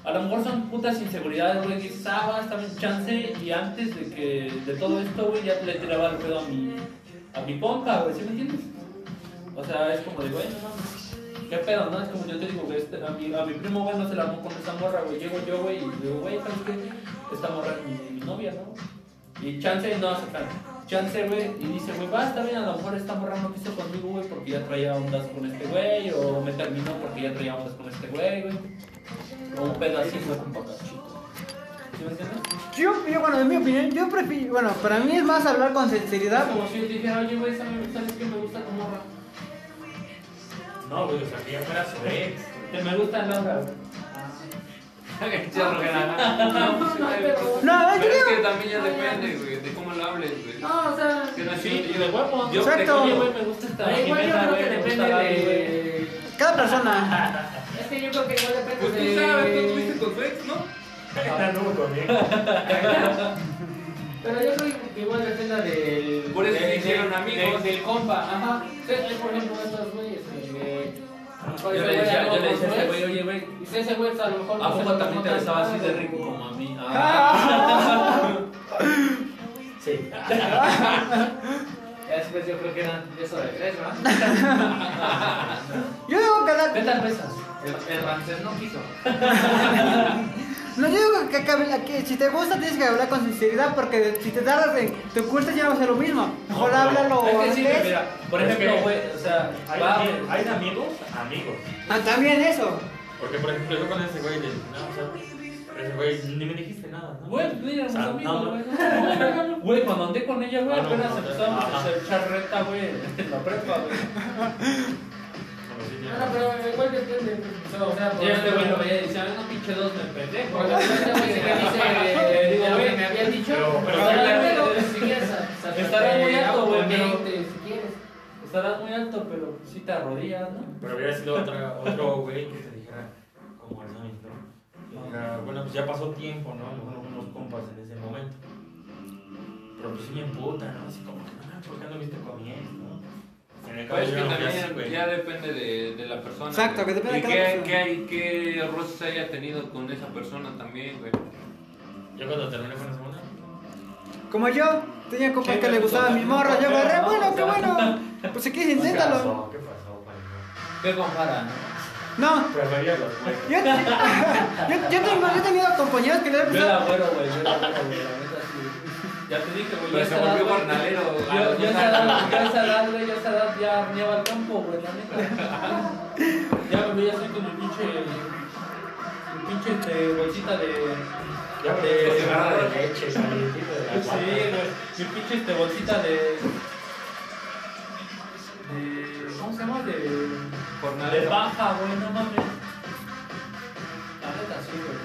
Speaker 2: A lo mejor son putas inseguridades, güey, que dices, ah, va, está bien, chance. Y antes de que, de todo esto, güey, ya le tiraba el pedo a mi, a mi compa, güey, ¿sí me entiendes? O sea, es como de, güey, no mames, ¿qué pedo, no? Es como yo te digo, güey, este, a, mi, a mi primo, güey, no se la armó con esta morra, güey. Llego yo, güey, y digo, güey, ¿sabes qué? Esta morra es mi, mi novia, ¿no? Y chance, no, sacan. Chance, güey, y dice, güey, va, está bien, a lo mejor esta morra no quiso conmigo, güey, porque ya traía ondas con este güey, o me terminó porque ya traía ondas con este güey, güey. O un pedo así, güey, con papachito. ¿Sí me entiendes?
Speaker 1: Yo, yo, bueno, en mi opinión, yo prefiero... Bueno, para mí es más hablar con sinceridad.
Speaker 2: Ah, Como si yo te dijera, oye, güey, ¿sabes sabes qué me gusta tu morra?
Speaker 6: No, güey, o sea, que ya fuera su ex.
Speaker 2: Que me gusta Laura, güey.
Speaker 4: Ya lo ganaba.
Speaker 2: No, no, no, pero-
Speaker 1: No,
Speaker 4: pues. Pero es
Speaker 1: yo-
Speaker 4: que también ya depende, güey, de cómo lo hables, güey.
Speaker 2: No, o sea,
Speaker 4: Que no es
Speaker 2: sí,
Speaker 4: cierto.
Speaker 2: de huevo.
Speaker 4: Yo
Speaker 1: Exacto.
Speaker 4: creo-
Speaker 2: Oye, güey, me gusta esta.
Speaker 12: Pero igual yo
Speaker 2: Jimena,
Speaker 12: creo
Speaker 2: güey,
Speaker 12: que
Speaker 2: me gusta
Speaker 12: depende
Speaker 2: Gaby, güey.
Speaker 12: de.
Speaker 1: Cada persona...
Speaker 12: Es que yo creo que igual depende
Speaker 4: Pues
Speaker 12: de.
Speaker 4: tú sabes, tú estuviste con su ex, ¿no?
Speaker 6: Ah, no, con él.
Speaker 12: Pero yo creo que igual depende del.
Speaker 4: Por eso
Speaker 12: del-
Speaker 4: se hicieron
Speaker 12: del-
Speaker 4: amigos.
Speaker 12: Del, del compa, ajá. Entonces, hay, por ejemplo, estos güeyes que. a lo mejor
Speaker 2: Yo
Speaker 12: ese
Speaker 2: le
Speaker 12: güey
Speaker 2: decía,
Speaker 12: andaba
Speaker 2: yo le
Speaker 12: con
Speaker 2: decía a
Speaker 12: su
Speaker 2: este
Speaker 12: ex,
Speaker 2: güey, oye, güey.
Speaker 12: Y si ese güey, pues, a lo mejor.
Speaker 2: ¿A poco también te besaba así de rico
Speaker 12: rico?
Speaker 2: como a mí? Ah.
Speaker 6: Sí.
Speaker 12: Ya después yo creo que eran de sobre tres, ¿verdad?
Speaker 1: Yo digo que
Speaker 2: ¿Qué
Speaker 1: la,
Speaker 2: tal pesas?
Speaker 12: El, el Ramsés no quiso.
Speaker 1: no yo digo que, que- que si te gusta tienes que hablar con sinceridad porque si te tardas en te ocultas ya no va a ser lo mismo. Mejor
Speaker 6: No, no.
Speaker 1: háblalo
Speaker 2: Es que sí, güey,
Speaker 1: antes.
Speaker 2: mira, por
Speaker 6: Es
Speaker 2: ejemplo,
Speaker 6: que-
Speaker 2: güey, o sea,
Speaker 6: Hay,
Speaker 2: va,
Speaker 6: ami- hay amigos, amigos.
Speaker 1: Ah, también eso.
Speaker 6: Porque, por ejemplo, yo con ese güey le dije, no, o sea, ese güey ni me dijiste nada, ¿no?
Speaker 2: Güey, pues, mira, mis
Speaker 6: Ah,
Speaker 2: amigos,
Speaker 6: no.
Speaker 2: güey. no. Güey, cuando andé con ella, güey,
Speaker 6: Ah, no,
Speaker 2: apenas
Speaker 6: no, no,
Speaker 2: empezamos a
Speaker 6: ajá.
Speaker 2: hacer charreta, güey, en la prepa, güey.
Speaker 12: Bueno,
Speaker 6: Bueno, sí, ya.
Speaker 12: Ah, pero igual depende. O sea, por
Speaker 2: Y este güey
Speaker 12: ejemplo,
Speaker 2: lo veía y decía, no, pinche dos, me pendejo.
Speaker 12: Porque este güey que dice
Speaker 2: Digo,
Speaker 12: de lo que
Speaker 2: güey,
Speaker 12: me habían dicho.
Speaker 6: pero- pero-
Speaker 12: pero, si quieres, o sea,
Speaker 2: Estará muy
Speaker 12: te
Speaker 2: alto, güey,
Speaker 12: hago
Speaker 2: pero-
Speaker 12: veinte, Si quieres.
Speaker 2: Estarás muy alto, pero sí te arrodillas, ¿no?
Speaker 6: Pero hubiera sido otra, otro güey que te dijera, como el Sammy, ¿no? Que dijera, bueno, pues ya pasó tiempo, ¿no? Bueno, unos compas en ese momento. Pero pues sí me emputa, ¿no? Así como que, ah, ¿por qué no viste comiendo, no? En el
Speaker 4: Pues que
Speaker 6: cabello no
Speaker 4: también
Speaker 6: güey.
Speaker 4: ya depende de, de la persona.
Speaker 1: Exacto,
Speaker 4: güey.
Speaker 1: que depende
Speaker 4: y
Speaker 1: de
Speaker 4: qué,
Speaker 1: cada persona.
Speaker 4: qué hay- qué roces haya tenido con esa persona también, güey.
Speaker 6: Yo cuando terminé con la semana.
Speaker 1: Como yo, tenía compas
Speaker 6: Sí,
Speaker 1: que
Speaker 6: me
Speaker 1: le
Speaker 6: gustó,
Speaker 1: gustaban mis
Speaker 6: me
Speaker 1: morras. Yo
Speaker 6: gustó,
Speaker 1: agarré,
Speaker 6: ¿no?
Speaker 1: bueno,
Speaker 6: O
Speaker 1: qué
Speaker 6: sea,
Speaker 1: bueno. Pues si quieres, inténtalo.
Speaker 6: ¿Qué pasó, Juanito?
Speaker 13: ¿Qué compara, no?
Speaker 1: No,
Speaker 6: Prefería los juegos.
Speaker 1: yo, yo, yo tengo, yo he tenido compañeros que le han
Speaker 13: Yo la
Speaker 1: gustado.
Speaker 13: güero, güey, yo la güero, güey, la neta sí.
Speaker 4: Ya te dije, güey.
Speaker 13: Pero
Speaker 4: ya
Speaker 13: se
Speaker 4: se volvió
Speaker 13: volvió
Speaker 4: carnalero.
Speaker 13: Yo,
Speaker 4: a los
Speaker 13: yo a
Speaker 4: dos
Speaker 13: esa edad,
Speaker 4: años.
Speaker 13: yo a esa edad, güey, yo a esa edad ya arneaba el campo, güey, la neta.
Speaker 2: Ya, güey, ya soy como el pinche. El pinche este, bolsita de.
Speaker 6: Ya me
Speaker 2: de-
Speaker 6: decepcionaba de leche, salientito de la
Speaker 2: Sí,
Speaker 6: guata.
Speaker 2: güey. Mi pinche este, bolsita de. de- ¿Cómo se llama? De. De
Speaker 4: Jornalero.
Speaker 2: baja, güey, no mames. La neta sí, güey.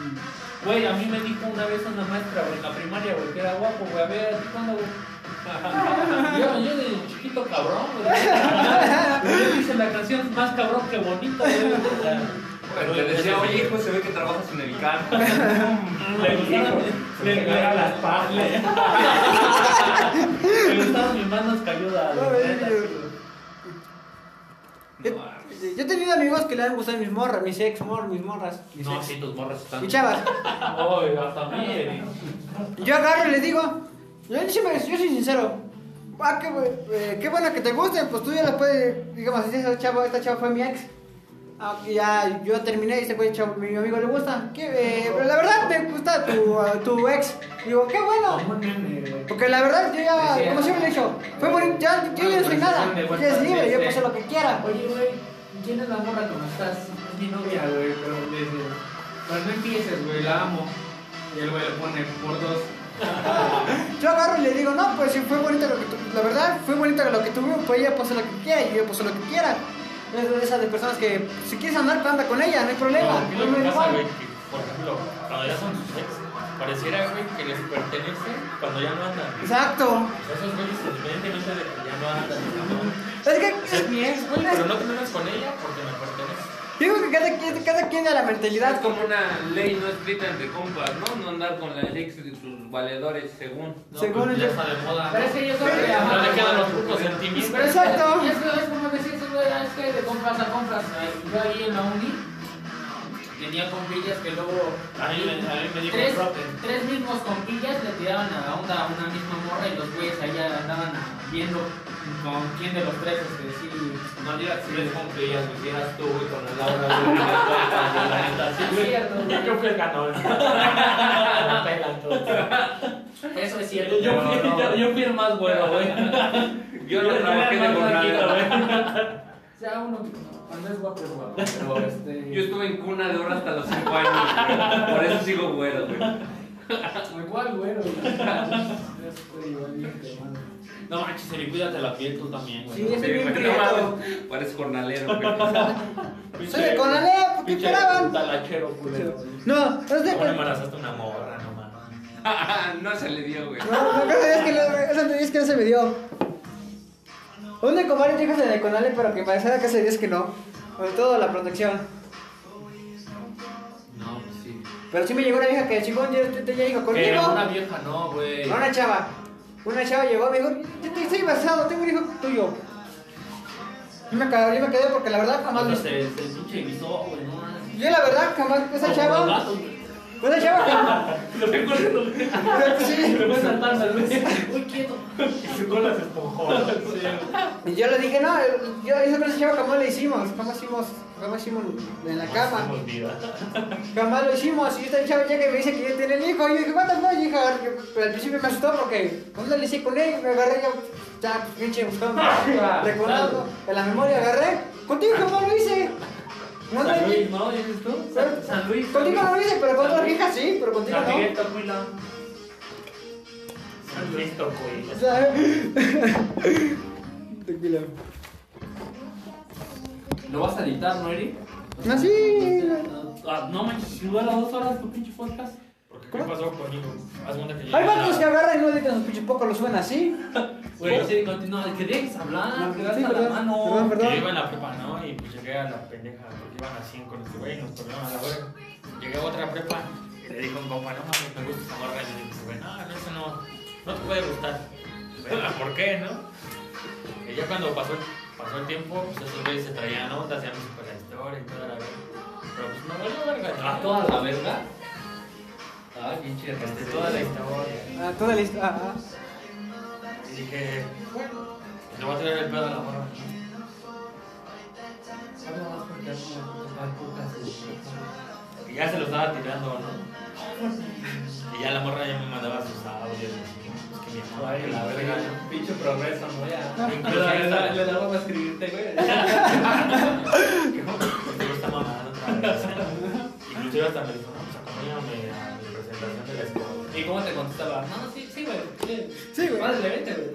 Speaker 2: Mm. Güey, a mí me dijo una vez una maestra, güey, en la primaria, güey, que era guapo, güey. A ver, ¿a ti cuándo, güey? Yo, yo de chiquito cabrón, güey. Yo hice la canción más cabrón que bonito, güey.
Speaker 4: Pero le decía, oye, hijo, se ve que trabajas en el campo.
Speaker 2: Le gustaron, le, le, le- le gustaron mis manos cayudas,
Speaker 1: No,
Speaker 2: güey. la neta, sí,
Speaker 1: güey.
Speaker 2: güey.
Speaker 1: Yo, yo he tenido amigos que le han gustado mis morras, mis ex mor, mis morras, mis
Speaker 2: No,
Speaker 1: ex.
Speaker 2: sí, tus morras están.
Speaker 1: Mis chavas.
Speaker 2: Ay, hasta a mí, eh. Eric.
Speaker 1: Yo agarro y les digo, yo, sí me- yo soy sincero. Ah, qué, bu- eh, qué bueno que te guste, pues tú ya la puedes, digamos, así, esa chava, esta chava fue mi ex. Ah, ok, ya yo terminé y ese güey, chavo, mi amigo le gusta. ¿Qué, eh, pero la verdad me gusta tu, ah, tu ex. Digo, qué bueno. Porque la verdad yo ya, como siempre le he dicho, fue bonito, ya, yo ya no soy nada. Ya es libre, yo puedo hacer lo que quiera. pues".
Speaker 3: Oye, güey, ¿quién es la morra como estás? Es mi novia, güey, pero le digo, pues no empieces, güey, la amo. Y el güey le pone por dos.
Speaker 1: Yo agarro y le digo, no, pues sí, fue bonito lo que tu- la verdad, fue bonito lo que tuvimos, pues ella puso lo que quiera y yo puso lo que quiera. Es de esas de personas que si quieres andar, pues anda con ella, no hay problema.
Speaker 6: No,
Speaker 1: No,
Speaker 6: lo
Speaker 1: me
Speaker 6: que
Speaker 1: da
Speaker 6: pasa,
Speaker 1: igual.
Speaker 6: güey, que, por ejemplo, cuando ya son sus ex, pareciera, güey, que les pertenece cuando ya no andan.
Speaker 1: Exacto.
Speaker 6: Esos güeyes independientemente de que ya no andan, ¿no?
Speaker 1: Es que
Speaker 6: Es mi ex, güey, pero no te metas con ella porque me pertenece.
Speaker 1: digo que cada quien, cada quien a la
Speaker 4: Es
Speaker 1: mentalidad.
Speaker 4: como una ley no escrita entre compas, ¿no? No andar con la ex de sus valedores, según.
Speaker 6: No,
Speaker 1: Según
Speaker 6: pues,
Speaker 1: yo-
Speaker 6: ya está de moda.
Speaker 3: Pero es que yo creo que
Speaker 6: No
Speaker 3: ajá,
Speaker 6: le quedan los
Speaker 3: güey.
Speaker 6: putos sentimientos.
Speaker 3: Pero es que-
Speaker 1: Exacto.
Speaker 3: Es que es como decir, güey, ah, es que de compras a compras. Ay, Yo ahí en la uni tenía compillas que luego.
Speaker 2: A mí me- a mí me dijo
Speaker 3: tres,
Speaker 2: el profe.
Speaker 3: tres mismos compillas le tiraban a la onda a una misma morra y los güeyes ahí andaban a- viendo con quién de los tres este, sí.
Speaker 2: No digas si les cumplías, me hicieras tú, güey, con la Laura, güey. me das cuenta, güey, la neta, sí, güey.
Speaker 6: Yo fui el ganón. Me pelan todos.
Speaker 3: Eso es cierto.
Speaker 2: Yo
Speaker 3: pero
Speaker 2: fui-
Speaker 3: no.
Speaker 2: yo- Yo fui el más bueno, güey.
Speaker 4: Yo no trabajé de jornalero.
Speaker 3: O sea, uno cuando es guapo es guapo. Pero este.
Speaker 4: Yo estuve en cuna de oro hasta los 5 años, güey. Por eso sigo güero, güey.
Speaker 3: Igual, güero. güey. Yo
Speaker 2: Este,
Speaker 3: estoy igual bien quemado.
Speaker 2: No manches, Eric, cuídate la piel tú también, güey.
Speaker 1: Sí, yo soy
Speaker 4: Sí,
Speaker 1: bien
Speaker 4: güey, no
Speaker 1: prieto.
Speaker 4: mames, Pareces jornalero, güey.
Speaker 1: Soy de Conalep, ¿por qué
Speaker 2: Pinche
Speaker 1: esperaban?
Speaker 2: talachero, culero.
Speaker 1: No, no sé.
Speaker 6: ¿Cómo le embarazaste a una morra, no mames?
Speaker 4: no se le dio, güey.
Speaker 1: No, no, es que, no- esa es que no se me dio. Único varios chicos en el Conale, pero que pareciera que se dio es que no. Con toda la protección.
Speaker 2: No, pues sí.
Speaker 1: Pero sí me llegó una vieja que chingón, yo yo tenía hijo
Speaker 2: Que
Speaker 1: conmigo.
Speaker 2: una vieja no, güey.
Speaker 1: No, una chava. Una chava llegó y me dijo, yo te- estoy basado, tengo un hijo tuyo. Yo me quedé, yo me quedé porque la verdad jamás...
Speaker 2: Cuando
Speaker 1: lo-
Speaker 2: se se pinche visó, güey, no mames.
Speaker 1: Yo la verdad jamás, esa
Speaker 2: este- Como los
Speaker 1: chava...
Speaker 2: gatos, güey.
Speaker 1: Esa chava jamás...
Speaker 2: Lo recuerdo, güey.
Speaker 1: Sí.
Speaker 2: Me voy a saltar, tal vez.
Speaker 3: Uy, quieto.
Speaker 6: Y su cola se esponjó.
Speaker 1: Y yo le dije, no, yo esa cosa chava jamás la hicimos, jamás hicimos, jamás hicimos en la cama,
Speaker 6: Hacemos vida.
Speaker 1: jamás lo hicimos. Y esta chava ya que me dice que yo tenía el hijo, y yo dije, what the fuck, hija, Pero al principio me asustó porque cuando le hice con él, me agarré yo, ya, pues, pinche, buscando, recordando, en la memoria agarré, contigo jamás lo hice. No,
Speaker 2: San
Speaker 1: no,
Speaker 2: Luis, ¿no? ¿Dices tú?
Speaker 1: San-
Speaker 2: San Luis.
Speaker 1: Contigo no lo hice, pero con otras viejas sí, pero contigo
Speaker 2: San Miguel
Speaker 1: no.
Speaker 2: Tacuila.
Speaker 6: San Luis Tocuy.
Speaker 1: O sea, Tranquilo.
Speaker 2: ¿Lo vas a editar, no, Eric?
Speaker 1: No, sí.
Speaker 2: Ah, No manches, dura dos horas tu pinche podcast.
Speaker 6: ¿Por qué? ¿Qué pasó conmigo? Haz cuenta que
Speaker 1: Hay
Speaker 6: llegué
Speaker 1: vatos que
Speaker 6: a-
Speaker 1: agarran y no editan sus pinches pocos, lo suben así.
Speaker 2: Güey, sí, continúa, que dejes hablar, Ah, que das
Speaker 1: Sí,
Speaker 2: a la
Speaker 1: perdón,
Speaker 2: mano.
Speaker 1: perdón, perdón.
Speaker 6: que yo iba en la prepa, ¿no? Y pues llegué a la pendeja, porque iban a 100 con este güey y nos tornaron a la hora. Llegué a otra prepa y le dijo a un compa, no mames, me gusta esa morra. Y le dije, güey, no, no, eso no, no te puede gustar. Verá, ¿por qué, no? Y ya cuando pasó, pasó el tiempo, pues esos güeyes se traían
Speaker 2: Ah,
Speaker 6: ondas, hacían super la historia y toda la verga. Pero pues me volvió verga.
Speaker 2: A toda la verga. este,
Speaker 14: Ah, pinche,
Speaker 6: Este,
Speaker 14: resté toda la historia.
Speaker 1: Ah, toda lista. Ah, ah.
Speaker 6: Y dije, bueno, le voy a tirar el pedo a la morra.
Speaker 14: Algo más porque hace una puta puta se-
Speaker 6: Y ya se lo estaba tirando, ¿no? Y ya la morra ya me mandaba sus audios. Es que mi amor, que la verga.
Speaker 14: Pinche progreso, ¿no? Ya.
Speaker 6: Incluso
Speaker 14: Le da-
Speaker 6: esa-
Speaker 14: Le daba para escribirte, güey.
Speaker 6: Porque está mamada otra vez. Inclusive hasta me dijo, no, pues acompáñame a mi presentación de la escuela.
Speaker 14: ¿Y cómo te contestaba? No, sí, sí, güey. Sí,
Speaker 1: Sí, güey.
Speaker 14: Órale, vente, güey.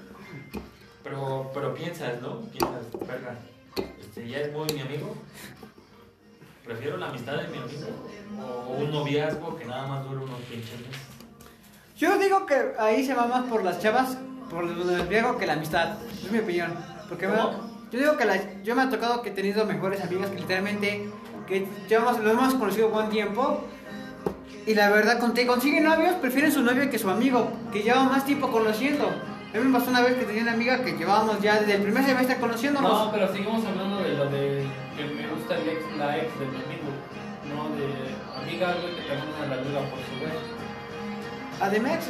Speaker 6: Pero, pero piensas, ¿no? Piensas, verga, este, ya es muy mi amigo. Prefiero la amistad de mi amigo o un noviazgo que nada más dura unos pinches meses.
Speaker 1: Yo digo que ahí se va más por las chavas, por el viejo que la amistad. Es mi opinión. Porque
Speaker 6: ¿Cómo?
Speaker 1: bueno, yo digo que la- yo me ha tocado que he tenido mejores amigas que literalmente que llevamos, lo hemos conocido buen tiempo. Y la verdad, con que consiguen novios, prefieren su novio que su amigo, que lleva más tiempo conociendo. A mí me pasó una vez que tenía una amiga que llevábamos ya desde el primer semestre conociéndonos.
Speaker 14: No, pero sigamos hablando de lo de que me gusta el ex, la ex de mi amigo. No, de amiga, güey, que te mandan a la duda por su güey.
Speaker 1: Además,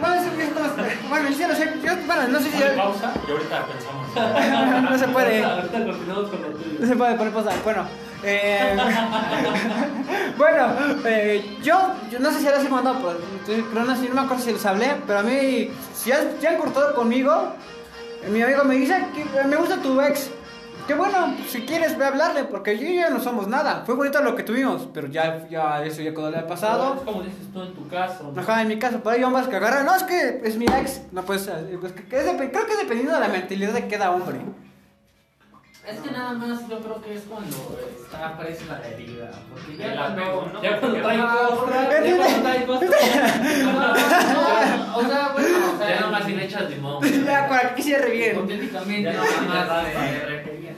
Speaker 1: bueno, eso es como- bueno, yo no sé, yo- bueno, no sé si
Speaker 6: Vale, pausa y ahorita pensamos.
Speaker 1: no se puede.
Speaker 14: Ahorita continuamos con lo tuyo.
Speaker 1: No se puede poner pausa. Bueno, eh, bueno, eh, yo, yo no sé si ahora se mandó, pues, entonces, pero no, sé, no me acuerdo si les hablé, pero a mí, si has- ya han cortado conmigo, eh, mi amigo me dice que eh, me gusta tu ex. Que bueno, si quieres ve a hablarle, porque yo y ya no somos nada. Fue bonito lo que tuvimos, pero ya, ya eso ya quedó en el
Speaker 14: Es
Speaker 1: pasado.
Speaker 14: como dices tú en tu caso.
Speaker 1: Ajá, en mi caso, por ahí hombres que agarran, no, es que es mi ex. No, pues, eh, pues, que- que es dep- creo que es dependiendo de la mentalidad de cada hombre.
Speaker 14: Es que nada más yo creo que es cuando está aparece la herida. Porque ya
Speaker 4: El
Speaker 14: cuando,
Speaker 4: apego, ¿no?
Speaker 14: ya cuando trae
Speaker 4: Ah,
Speaker 14: costra, ya cuando trae costra. O sea, bueno, o sea,
Speaker 4: Ya nomás sin hechas limón.
Speaker 1: Ya, para que cierre bien.
Speaker 14: hipotéticamente
Speaker 4: Ya no
Speaker 14: nada
Speaker 4: más,
Speaker 14: más,
Speaker 4: eh,
Speaker 14: eh, refería.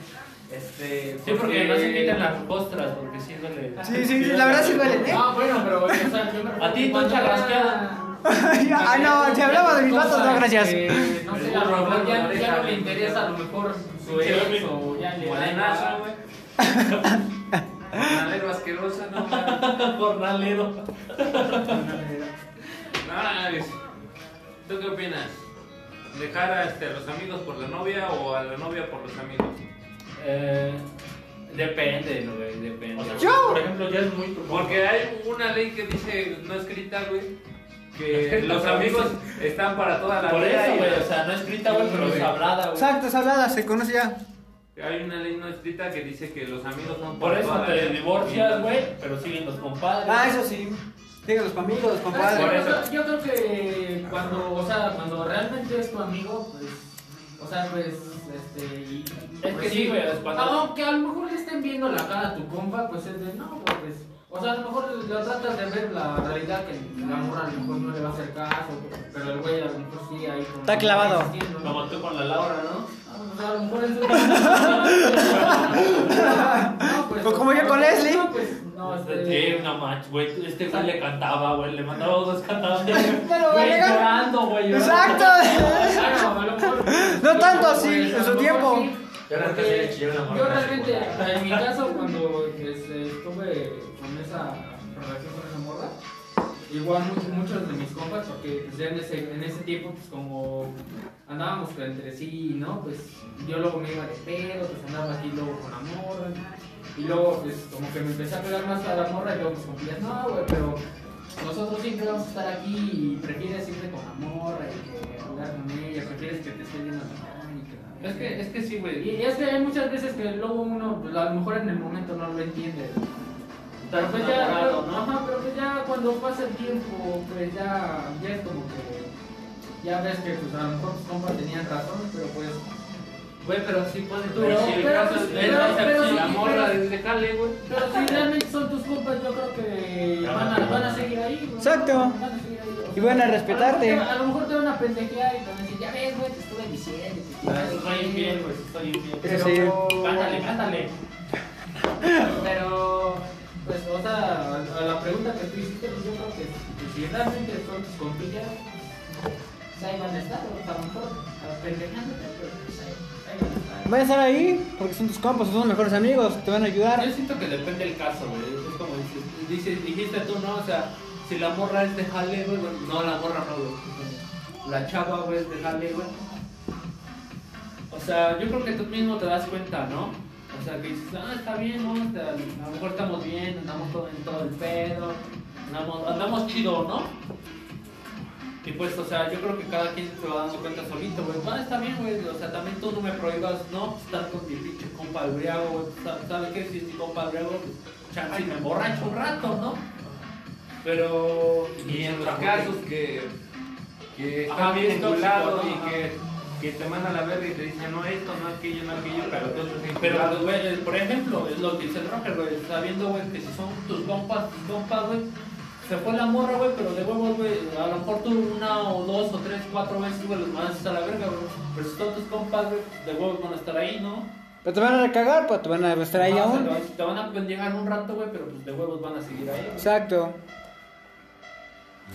Speaker 14: Este,
Speaker 4: Sí, porque no se quitan las costras, porque sí duele.
Speaker 1: Sí, sí, sí, la verdad sí duele, ¿eh?
Speaker 2: Ah, bueno, pero o sea, yo me refiero
Speaker 4: A ti,
Speaker 2: cuando
Speaker 4: Toncha
Speaker 2: era-
Speaker 4: Rasqueada.
Speaker 1: ah, no, si hablaba de mis patos, no, gracias.
Speaker 2: Eh, no sé, a lo mejor ya, ya no le interesa a lo mejor su ex o ya le da
Speaker 4: Morenazo,
Speaker 2: igual.
Speaker 4: güey. Jornalero asqueroso, no mames.
Speaker 14: Eh, Jornalero.
Speaker 4: No, es- ¿Tú qué opinas? ¿Dejar a, este, a los amigos por la novia o a la novia por los amigos?
Speaker 14: Eh, depende, güey, depende.
Speaker 6: O sea,
Speaker 1: Yo.
Speaker 6: Por ejemplo, ya es muy
Speaker 4: Porque hay una ley que dice, no escrita, güey, que los amigos están para toda la
Speaker 14: por
Speaker 4: vida.
Speaker 14: eso,
Speaker 4: y
Speaker 14: güey,
Speaker 4: la-
Speaker 14: o sea, no escrita, güey, pero hablada, güey.
Speaker 1: Exacto, es hablada, se conoce ya.
Speaker 4: Hay una ley no escrita que dice que los amigos son
Speaker 14: Por
Speaker 4: para
Speaker 14: eso
Speaker 4: toda la
Speaker 14: te
Speaker 4: vida.
Speaker 14: divorcias, güey, pero siguen los compadres.
Speaker 1: Ah, eso sí. Digo, los amigos, los
Speaker 2: Ah, sí,
Speaker 1: compadres.
Speaker 2: yo creo- Yo creo que cuando, o sea, cuando realmente es tu amigo, pues, o sea, pues, este, y-
Speaker 14: Es
Speaker 2: pues
Speaker 14: que sí, güey, es cuando-
Speaker 2: Aunque a lo mejor le estén viendo la cara a tu compa, pues es de, no, güey, pues, o sea, a lo mejor lo tratas de ver la realidad que la morra a lo mejor no le va a hacer caso, pero el güey a lo mejor sí ahí como-
Speaker 1: Está clavado.
Speaker 2: insistiendo, ¿no?
Speaker 14: Como tú con la Laura, ¿no?
Speaker 2: Ah, pues, a lo mejor es un- No,
Speaker 1: Pues, como yo con Leslie.
Speaker 2: No, pues, no,
Speaker 14: Este,
Speaker 2: este...
Speaker 14: no manches, güey, este güey le cantaba, güey, le mandaba dos cantadas de...
Speaker 1: Pero,
Speaker 14: güey,
Speaker 1: güey,
Speaker 14: llorando, güey, llorando.
Speaker 1: Exacto.
Speaker 2: Claro, a lo mejor-
Speaker 1: No tanto así, en su
Speaker 2: a lo mejor
Speaker 1: tiempo.
Speaker 2: sí,
Speaker 6: Ya no te
Speaker 2: porque
Speaker 6: hace chillar la morra
Speaker 2: Yo
Speaker 6: en la
Speaker 2: realmente,
Speaker 6: secundaria.
Speaker 2: en mi caso, cuando este, estuve con esa relación con esa morra, igual muchos, muchos de mis compas, porque pues, ya en ese, en ese tiempo, pues como andábamos que entre sí, ¿no? Pues yo luego me iba de pedo, pues andaba aquí luego con la morra. Y luego, pues como que me empecé a pegar más a la morra y luego pues confías, no, güey, pero nosotros siempre vamos a estar aquí y prefieres irte con la morra y que jugar con ella, prefieres que te esté viendo la mecánica.
Speaker 14: Es que, es que sí, güey.
Speaker 2: Y es que hay muchas veces que luego uno, pues, a lo mejor en el momento no lo entiende. Pero pues ya,
Speaker 14: Enamorado,
Speaker 2: pero-
Speaker 14: ¿no?
Speaker 2: ajá, pero pues ya cuando pasa el tiempo, pues ya, ya es como que, ya ves que pues a lo mejor tus compas tenían razón, pero pues...
Speaker 14: Güey, pero sí pone tú.
Speaker 2: Pero-
Speaker 14: si el
Speaker 2: pero-
Speaker 14: caso es-
Speaker 2: pero-
Speaker 14: es- es-
Speaker 2: pero-
Speaker 14: si la
Speaker 2: sí,
Speaker 14: morra
Speaker 2: pero-
Speaker 14: desde Cale, güey.
Speaker 2: Pero si realmente son tus compas, yo creo que van a, van a seguir ahí. güey.
Speaker 1: Exacto.
Speaker 2: Van a seguir ahí, o
Speaker 1: Y
Speaker 2: sea,
Speaker 1: van a
Speaker 2: lo mejor
Speaker 1: respetarte.
Speaker 2: te- A lo mejor te van a pendejear y te van a decir, ya ves, güey, te estuve diciendo. que te iba a
Speaker 14: Estoy
Speaker 2: decir".
Speaker 14: Ah, bien, güey, estoy bien.
Speaker 1: Eso sí.
Speaker 2: Pero-
Speaker 14: Cántale, cántale.
Speaker 2: Pero, pues, o sea, a la pregunta que tú hiciste, pues yo creo que, que si realmente son tus compillas, pues ahí van a estar, o a lo mejor pendejándote, pero pues ahí, ahí van a estar.
Speaker 1: Van a estar ahí porque son tus compas, son tus mejores amigos, te van a ayudar.
Speaker 14: Yo siento que depende del caso, güey. Es como
Speaker 2: como dices, dices- dijiste tú, ¿no? O sea, si la morra es de jale, güey, bueno, no, la morra no, güey. La chava, güey, es de jale, güey. O sea, yo creo que tú mismo te das cuenta, ¿no? O sea, que dices, ah, está bien, ¿no? O sea, a lo mejor estamos bien, andamos todo en todo el pedo, andamos, andamos chido, ¿no? Y pues, o sea, yo creo que cada quien se va dando cuenta solito, güey. Bueno, está bien, güey. O sea, también tú no me prohíbas, no, pues, estar con mi pinche compa Albriago, güey. Sa- ¿Sabes qué? Si es mi compa Albriago, pues, chance y me emborracho un rato, ¿no? Pero.
Speaker 4: Y en los
Speaker 2: Ajá,
Speaker 4: casos que, que
Speaker 2: Ajá,
Speaker 4: están bien
Speaker 2: bien tóxico,
Speaker 4: vinculados
Speaker 2: ¿no?
Speaker 4: y
Speaker 2: Ajá.
Speaker 4: que, que te mandan a la verga y te dicen no esto, no aquello, no aquello, pero tú estás
Speaker 2: Pero,
Speaker 4: vinculado.
Speaker 2: güey, eh, por ejemplo, es lo que dice el rocker, güey, sabiendo, güey, que si son tus compas, tus compas, güey, se fue la morra, güey, pero de huevos, güey, a lo mejor tú una o dos o tres, cuatro veces, güey, los mandas a la verga, güey, pero si son tus compas, güey, pues, de huevos van a estar ahí, ¿no?
Speaker 1: Pero te van a recagar, pues te van a estar ahí
Speaker 2: Ah, o sea,
Speaker 1: aún.
Speaker 2: te van- te van a pendejar un rato, güey, pero pues de huevos van a seguir ahí, güey.
Speaker 1: Exacto.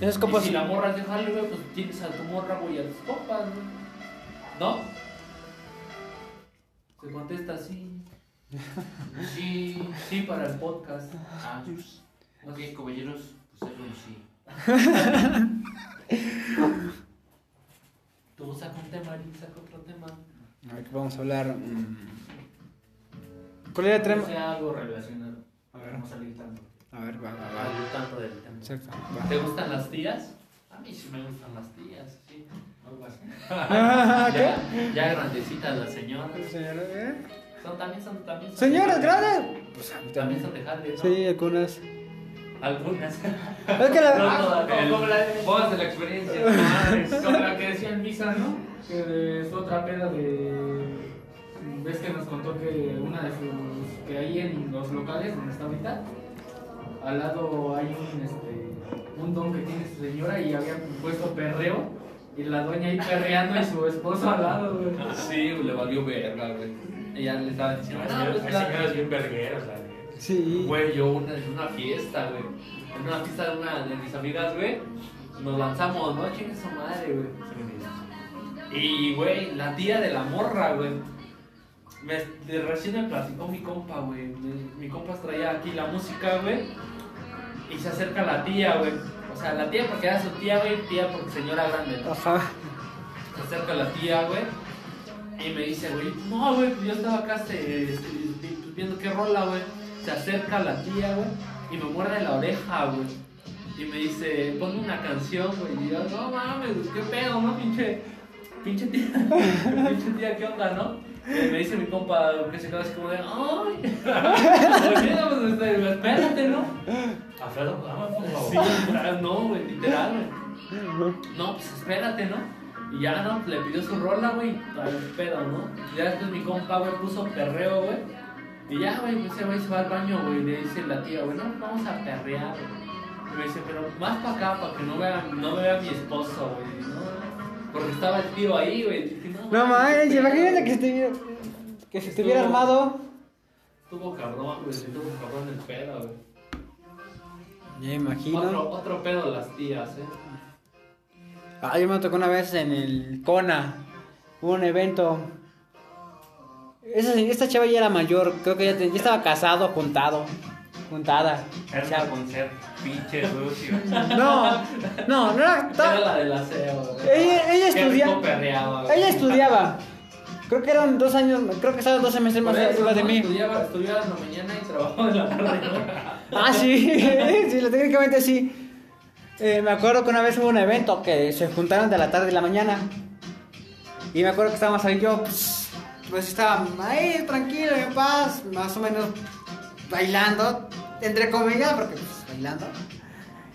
Speaker 1: Esos
Speaker 2: Y
Speaker 1: compas.
Speaker 2: si la morra es de jale, güey, pues tienes a tu morra, güey, y a tus compas, güey, ¿no? Se contesta así. Sí, sí para el podcast.
Speaker 13: Ah, ok, caballeros, pues es un sí.
Speaker 2: Tú saca un tema, Ari, saca otro tema.
Speaker 1: A ver, ¿qué vamos a hablar? Mm. ¿Cuál era el tema?
Speaker 13: Que sea algo relacionado.
Speaker 1: A ver.
Speaker 13: Vamos a salir tanto.
Speaker 1: A ver, va, va, va.
Speaker 2: Hablo Ah, tanto del tema.
Speaker 1: Exacto.
Speaker 2: ¿Te gustan las tías? A mí sí me gustan las tías, sí.
Speaker 13: Algo así.
Speaker 1: va. ¿Qué?
Speaker 2: Ya, ya grandecitas las señoras.
Speaker 1: Señoras, ¿eh?
Speaker 2: Son, también son, también son
Speaker 1: Señoras,
Speaker 2: de-
Speaker 1: grandes. Pues, a mí
Speaker 2: También
Speaker 1: también.
Speaker 2: son de jale, ¿no?
Speaker 1: Sí, algunas. Es
Speaker 2: Algunas.
Speaker 1: que la.
Speaker 2: Ah,
Speaker 4: El-
Speaker 2: como- como la de-
Speaker 4: Vos de la experiencia, Ah, madres.
Speaker 3: Ah, Como la que decía en misa, ¿no? Que es otra peda de. Ves que nos contó que una de sus. que ahí en los locales donde está ahorita, al lado hay un este. un don que tiene su señora y había puesto perreo y la doña ahí perreando y su esposo al lado, güey.
Speaker 2: Ah, Sí, le valió verga, güey. Ella le estaba diciendo,
Speaker 6: Las
Speaker 2: no,
Speaker 6: señoras-
Speaker 2: pues
Speaker 6: Hay
Speaker 2: la-
Speaker 6: señoras bien vergueras, la neta.
Speaker 1: Sí.
Speaker 2: Güey, yo una, en una fiesta, güey. En una fiesta de una de mis amigas, güey. Nos lanzamos, ¿no? Chingue su madre, güey. Y, güey, la tía de la morra, güey. Me, de- recién me platicó mi compa, güey. Me- Mi compa traía aquí la música, güey. Y se acerca la tía, güey. O sea, la tía porque era su tía, güey. Tía porque señora grande, ¿no?
Speaker 1: Ajá.
Speaker 2: se acerca la tía, güey, y me dice, güey, no, güey, pues yo estaba acá este, este, pues, viendo qué rola, güey. Se acerca la tía, güey, y me muerde la oreja, güey. Y me dice, ponme una canción, güey. Y yo, no mames, pues, qué pedo, ¿no? Pinche, pinche tía, pinche tía, ¿qué onda, no? Y me dice mi compa que se quedó así como de, ay, pues, mira, pues, este, espérate, ¿no?
Speaker 6: Alfredo, dame por favor.
Speaker 2: Sí, literal, no, güey, literal, güey. No, pues espérate, ¿no? Y ya, ¿no? Le pidió su rola, güey, al pedo, ¿no? Y ya después mi compa, güey, puso perreo, güey. Y ya, güey, pues, ese güey se va al baño, güey, y le dice la tía, güey, no, vamos a perrear, güey. Y me dice, pero más para acá, para que no, vea, no me vea mi esposo, güey, ¿no? Porque estaba el tío ahí, güey. Dije,
Speaker 1: No
Speaker 2: mames,
Speaker 1: mames,
Speaker 2: qué
Speaker 1: imagínate
Speaker 2: pedo".
Speaker 1: que estuviera. Que se estuviera
Speaker 2: Estuvo-
Speaker 1: armado.
Speaker 2: Estuvo cabrón, güey, estuvo cabrón el pedo, güey.
Speaker 1: Ya imagino.
Speaker 2: Otro, otro pedo las tías, ¿eh?
Speaker 1: Ah, yo me tocó una vez en el Cona. Hubo un evento. Esa, esta chava ya era mayor, creo que ya, te- ya estaba casado, juntado. Juntada.
Speaker 4: Era con ser pinche sucio.
Speaker 1: No, no, no era.
Speaker 2: Era
Speaker 1: ta-
Speaker 2: la del aseo, güey.
Speaker 1: Ella, ella
Speaker 2: Qué rico
Speaker 1: estudiaba.
Speaker 2: perreaba, güey.
Speaker 1: Ella estudiaba. Creo que eran dos años, creo que estaba dos semestres más
Speaker 2: Por eso,
Speaker 1: arriba de
Speaker 2: ¿no?
Speaker 1: mí.
Speaker 2: Estudiaba, estudiaba en la mañana y trabajaba en la tarde, ¿no?
Speaker 1: Ah, sí, sí, lo- técnicamente sí. Eh, me acuerdo que una vez hubo un evento que se juntaron de la tarde y la mañana. Y me acuerdo que estábamos ahí yo, pues, pues estaba ahí tranquilo, en paz, más o menos bailando, entre comillas, porque pues bailando.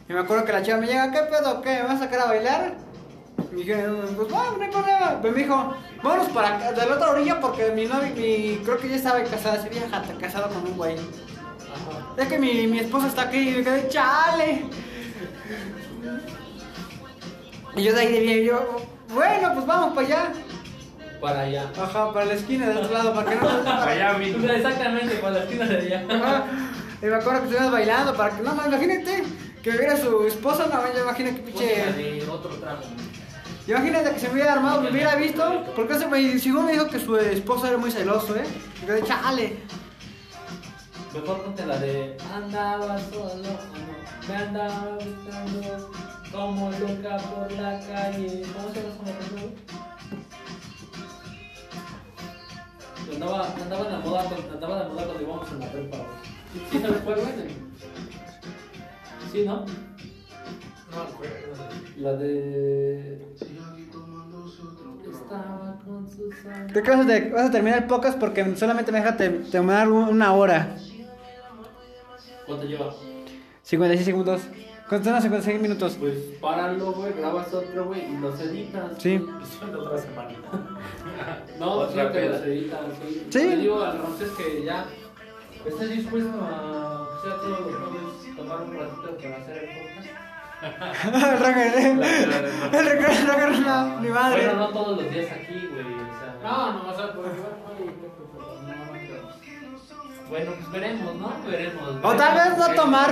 Speaker 1: Y me acuerdo que la chica me llega, ¿qué pedo? ¿Qué? ¿Me vas a sacar a bailar? Y dije, pues bueno, no hay problema. Pero me dijo, vámonos para acá, de la otra orilla porque mi novia, mi, creo que ya estaba casada, esa vieja está casada con un güey. Es que mi, mi esposa está aquí y me quedé, chale. Y yo de ahí de bien, yo, bueno, pues vamos para allá.
Speaker 2: Para allá.
Speaker 1: Ajá, para la esquina del otro lado, para que no nos
Speaker 6: Miami.
Speaker 2: Exactamente, para la esquina de allá.
Speaker 1: Ajá. Y me acuerdo que estuvimos bailando para que no, ma, imagínate que hubiera su esposa, no, yo imagino que
Speaker 13: Música
Speaker 1: pinche.
Speaker 13: de otro trago.
Speaker 1: Imagínate que se hubiera armado, me hubiera visto. Porque ese güey, según me dijo que su esposo era muy celoso, ¿eh? Y yo de chale.
Speaker 2: Mejor ponte la de Andaba solo, me andaba buscando Como loca por la calle ¿Cómo se llama esa canción? güey? Andaba, andaba en la moda, cuando- andaba en la moda cuando íbamos en la prepa güey. ¿Sí sabes cuál, güey? ¿Sí, no?
Speaker 6: No me acuerdo.
Speaker 2: La de... Estaba con sus amigos
Speaker 1: Creo que vas a, te- vas a terminar el podcast porque solamente me deja te- terminar un- una hora.
Speaker 2: ¿Cuánto lleva?
Speaker 1: 56 segundos. ¿Cuántos son 56 minutos?
Speaker 2: Pues páralo, güey, grabas otro, güey, y los editas.
Speaker 1: Sí.
Speaker 6: Suena otra semana.
Speaker 2: No,
Speaker 4: Otra
Speaker 2: otra que
Speaker 4: peda.
Speaker 2: los editan, sí.
Speaker 1: Sí.
Speaker 2: Le digo al Ramses que ya estés dispuesto a, o sea, todos los jueves tomar un ratito para hacer el podcast.
Speaker 1: el Roger, eh. el Roger, el Roger, no, mi madre.
Speaker 2: Bueno, no todos los días aquí, güey, o sea. pues,
Speaker 3: No, no vas a poder jugar, güey. No, no, no.
Speaker 2: Bueno, pues veremos, ¿no? Veremos.
Speaker 1: O tal vez no tomar.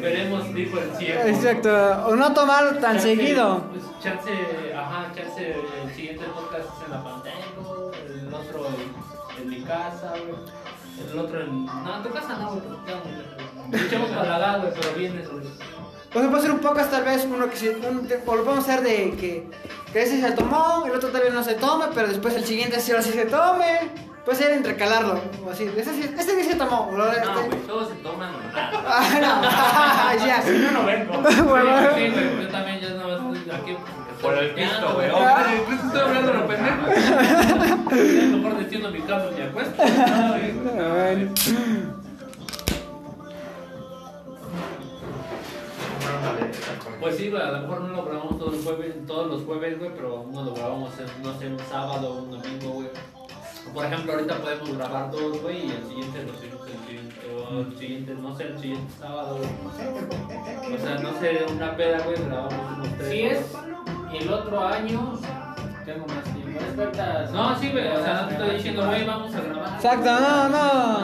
Speaker 2: Veremos, dijo el ciego.
Speaker 1: Exacto, o no tomar tan
Speaker 2: Chance,
Speaker 1: seguido.
Speaker 2: Pues chance, ajá, chance, el siguiente podcast es en la Panteco, el otro en, en mi casa, güey. El otro en. No, en tu casa no, güey. porque ya, güey. Echamos para la güey, pero vienes, güey.
Speaker 1: O sea, puede ser un podcast tal vez, uno que se, un, o lo podemos hacer de que, que ese se tomó, el otro tal vez no se tome, pero después el siguiente sí o sí se tome. Puede ser intercalarlo, o así. Este sí, este sí se tomó. o este-
Speaker 2: No, güey, todos se toman nada.
Speaker 1: Ah, no, ya.
Speaker 6: Yo no vengo.
Speaker 1: Bueno.
Speaker 2: Sí, güey, yo también ya no estoy aquí. porque
Speaker 4: Por el
Speaker 2: estoy
Speaker 4: pisto, güey.
Speaker 2: peleando,
Speaker 4: Oh, madre, ¿crees que estoy hablando de lo pendejo?
Speaker 2: A lo mejor destiendo mi cama y me acuesto. No, güey.
Speaker 1: Bueno.
Speaker 2: Pues sí, güey, a lo mejor no lo grabamos todos los jueves, todos los jueves, güey, pero uno lo grabamos, en, no sé, un sábado o un domingo, güey. O, Por ejemplo, ahorita podemos grabar dos, güey, y el siguiente lo subimos el siguiente, o el siguiente, no sé, el siguiente sábado, güey. O sea, no sé, una peda, güey, grabamos unos tres.
Speaker 3: Si es
Speaker 2: güey.
Speaker 3: y el otro año tengo más tiempo. Es verdad.
Speaker 2: No, sí, güey, o sea, no te estoy diciendo, güey, vamos a grabar.
Speaker 1: Exacto, no, no.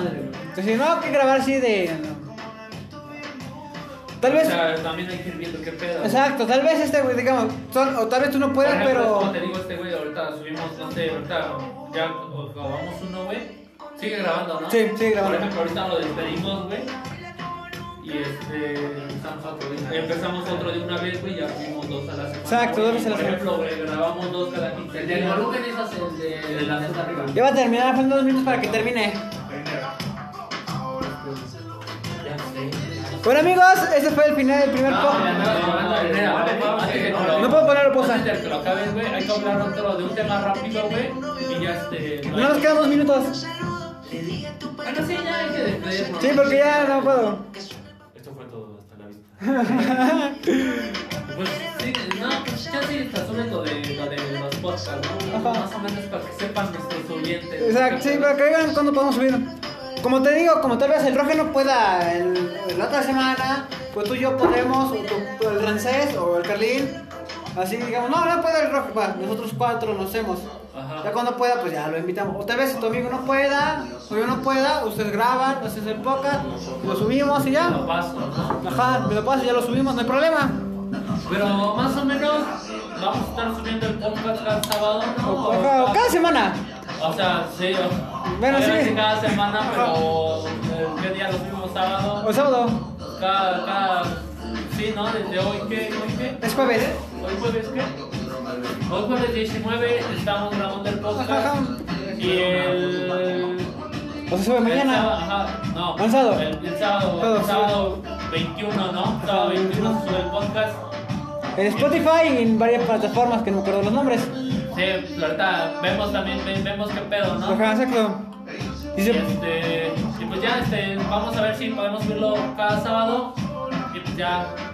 Speaker 1: Pues si no, que grabar así de. Tal
Speaker 2: O
Speaker 1: vez.
Speaker 2: sea, también hay que ir viendo qué pedo. güey.
Speaker 1: Exacto, tal vez este, güey, digamos. son- o tal vez tú no puedas,
Speaker 2: Por ejemplo, Como
Speaker 1: pero.
Speaker 2: te digo, este güey, ahorita subimos, no sé, ahorita ya acabamos uno, güey. Sigue grabando, ¿no?
Speaker 1: Sí, sigue grabando.
Speaker 2: Por ejemplo, ahorita lo despedimos, güey. Y este.
Speaker 3: Estamos otro día.
Speaker 2: Empezamos otro de una vez, güey, ya subimos dos a la semana.
Speaker 1: Exacto,
Speaker 2: güey.
Speaker 1: dos veces a la
Speaker 2: Por ejemplo, güey, grabamos dos cada 15
Speaker 3: El
Speaker 2: días.
Speaker 3: del volumen es hacia el de,
Speaker 2: El de la
Speaker 3: hasta arriba.
Speaker 1: Ya va a terminar, faltan dos minutos para que termine.
Speaker 2: Ya sé.
Speaker 1: Bueno, amigos, este fue el final del primer
Speaker 2: No,
Speaker 1: podcast.
Speaker 2: no, no, no, mira, antes que lo-
Speaker 1: No puedo ponerlo, pues, pausa.
Speaker 2: Antes de que lo acabes, güey, hay que hablar otro de un tema rápido, güey. Y ya este. no
Speaker 1: No
Speaker 2: hay-
Speaker 1: nos quedan dos minutos.
Speaker 2: Bueno, sí, ya hay que despedirnos.
Speaker 1: Sí, porque ya no puedo.
Speaker 6: Esto fue todo. Hasta la vista.
Speaker 2: Pues sí, no, pues ya sí te asumen lo de, lo de los podcasts, ¿no?
Speaker 1: Ajá.
Speaker 2: Más o menos para que sepan nuestros oyentes.
Speaker 1: Exacto, sí, para que vean cuándo podemos subir. Como te digo, como tal vez el Roger no pueda el- la otra semana, pues tú y yo podemos, o, tú- o el Rancés o el Carlín. Así digamos, no, no puede el Roger, va, nosotros cuatro lo hacemos.
Speaker 2: Ajá.
Speaker 1: Ya cuando pueda, pues ya lo invitamos. O tal vez si tu amigo no pueda, o yo no pueda, ustedes graban, ustedes el podcast, lo subimos y
Speaker 2: Lo
Speaker 1: ya.
Speaker 2: paso, ¿no?
Speaker 1: Ajá, me lo paso, ya lo subimos, no hay problema.
Speaker 2: Pero más o menos vamos a estar subiendo el podcast cada sábado, ¿no? O
Speaker 1: Ajá,
Speaker 2: cada-
Speaker 1: cada semana.
Speaker 2: O sea, sí. o-
Speaker 1: Bueno,
Speaker 2: ahora
Speaker 1: sí.
Speaker 2: Cada semana, pero eh, ¿qué día lo subimos sábado?
Speaker 1: O sábado,
Speaker 2: Cada, cada... Sí, ¿no? Desde hoy, ¿qué? ¿Hoy qué?
Speaker 1: es jueves.
Speaker 2: Hoy jueves, ¿qué? Hoy jueves 19 estamos grabando el podcast.
Speaker 1: Ajá.
Speaker 2: Y el...
Speaker 1: O se sube mañana.
Speaker 2: El sábado, ajá, no.
Speaker 1: ¿El sábado?
Speaker 2: El, el sábado,
Speaker 1: Sábado,
Speaker 2: el sábado 21, ¿no? Sábado 21 sube el podcast.
Speaker 1: En Spotify y en varias plataformas que no me acuerdo los nombres.
Speaker 2: Sí, ahorita vemos también, ve- vemos qué pedo, ¿no?
Speaker 1: Ajá, exacto. Y
Speaker 2: Y,
Speaker 1: se-
Speaker 2: este, y pues ya, este, vamos a ver si podemos subirlo cada sábado. Y pues ya,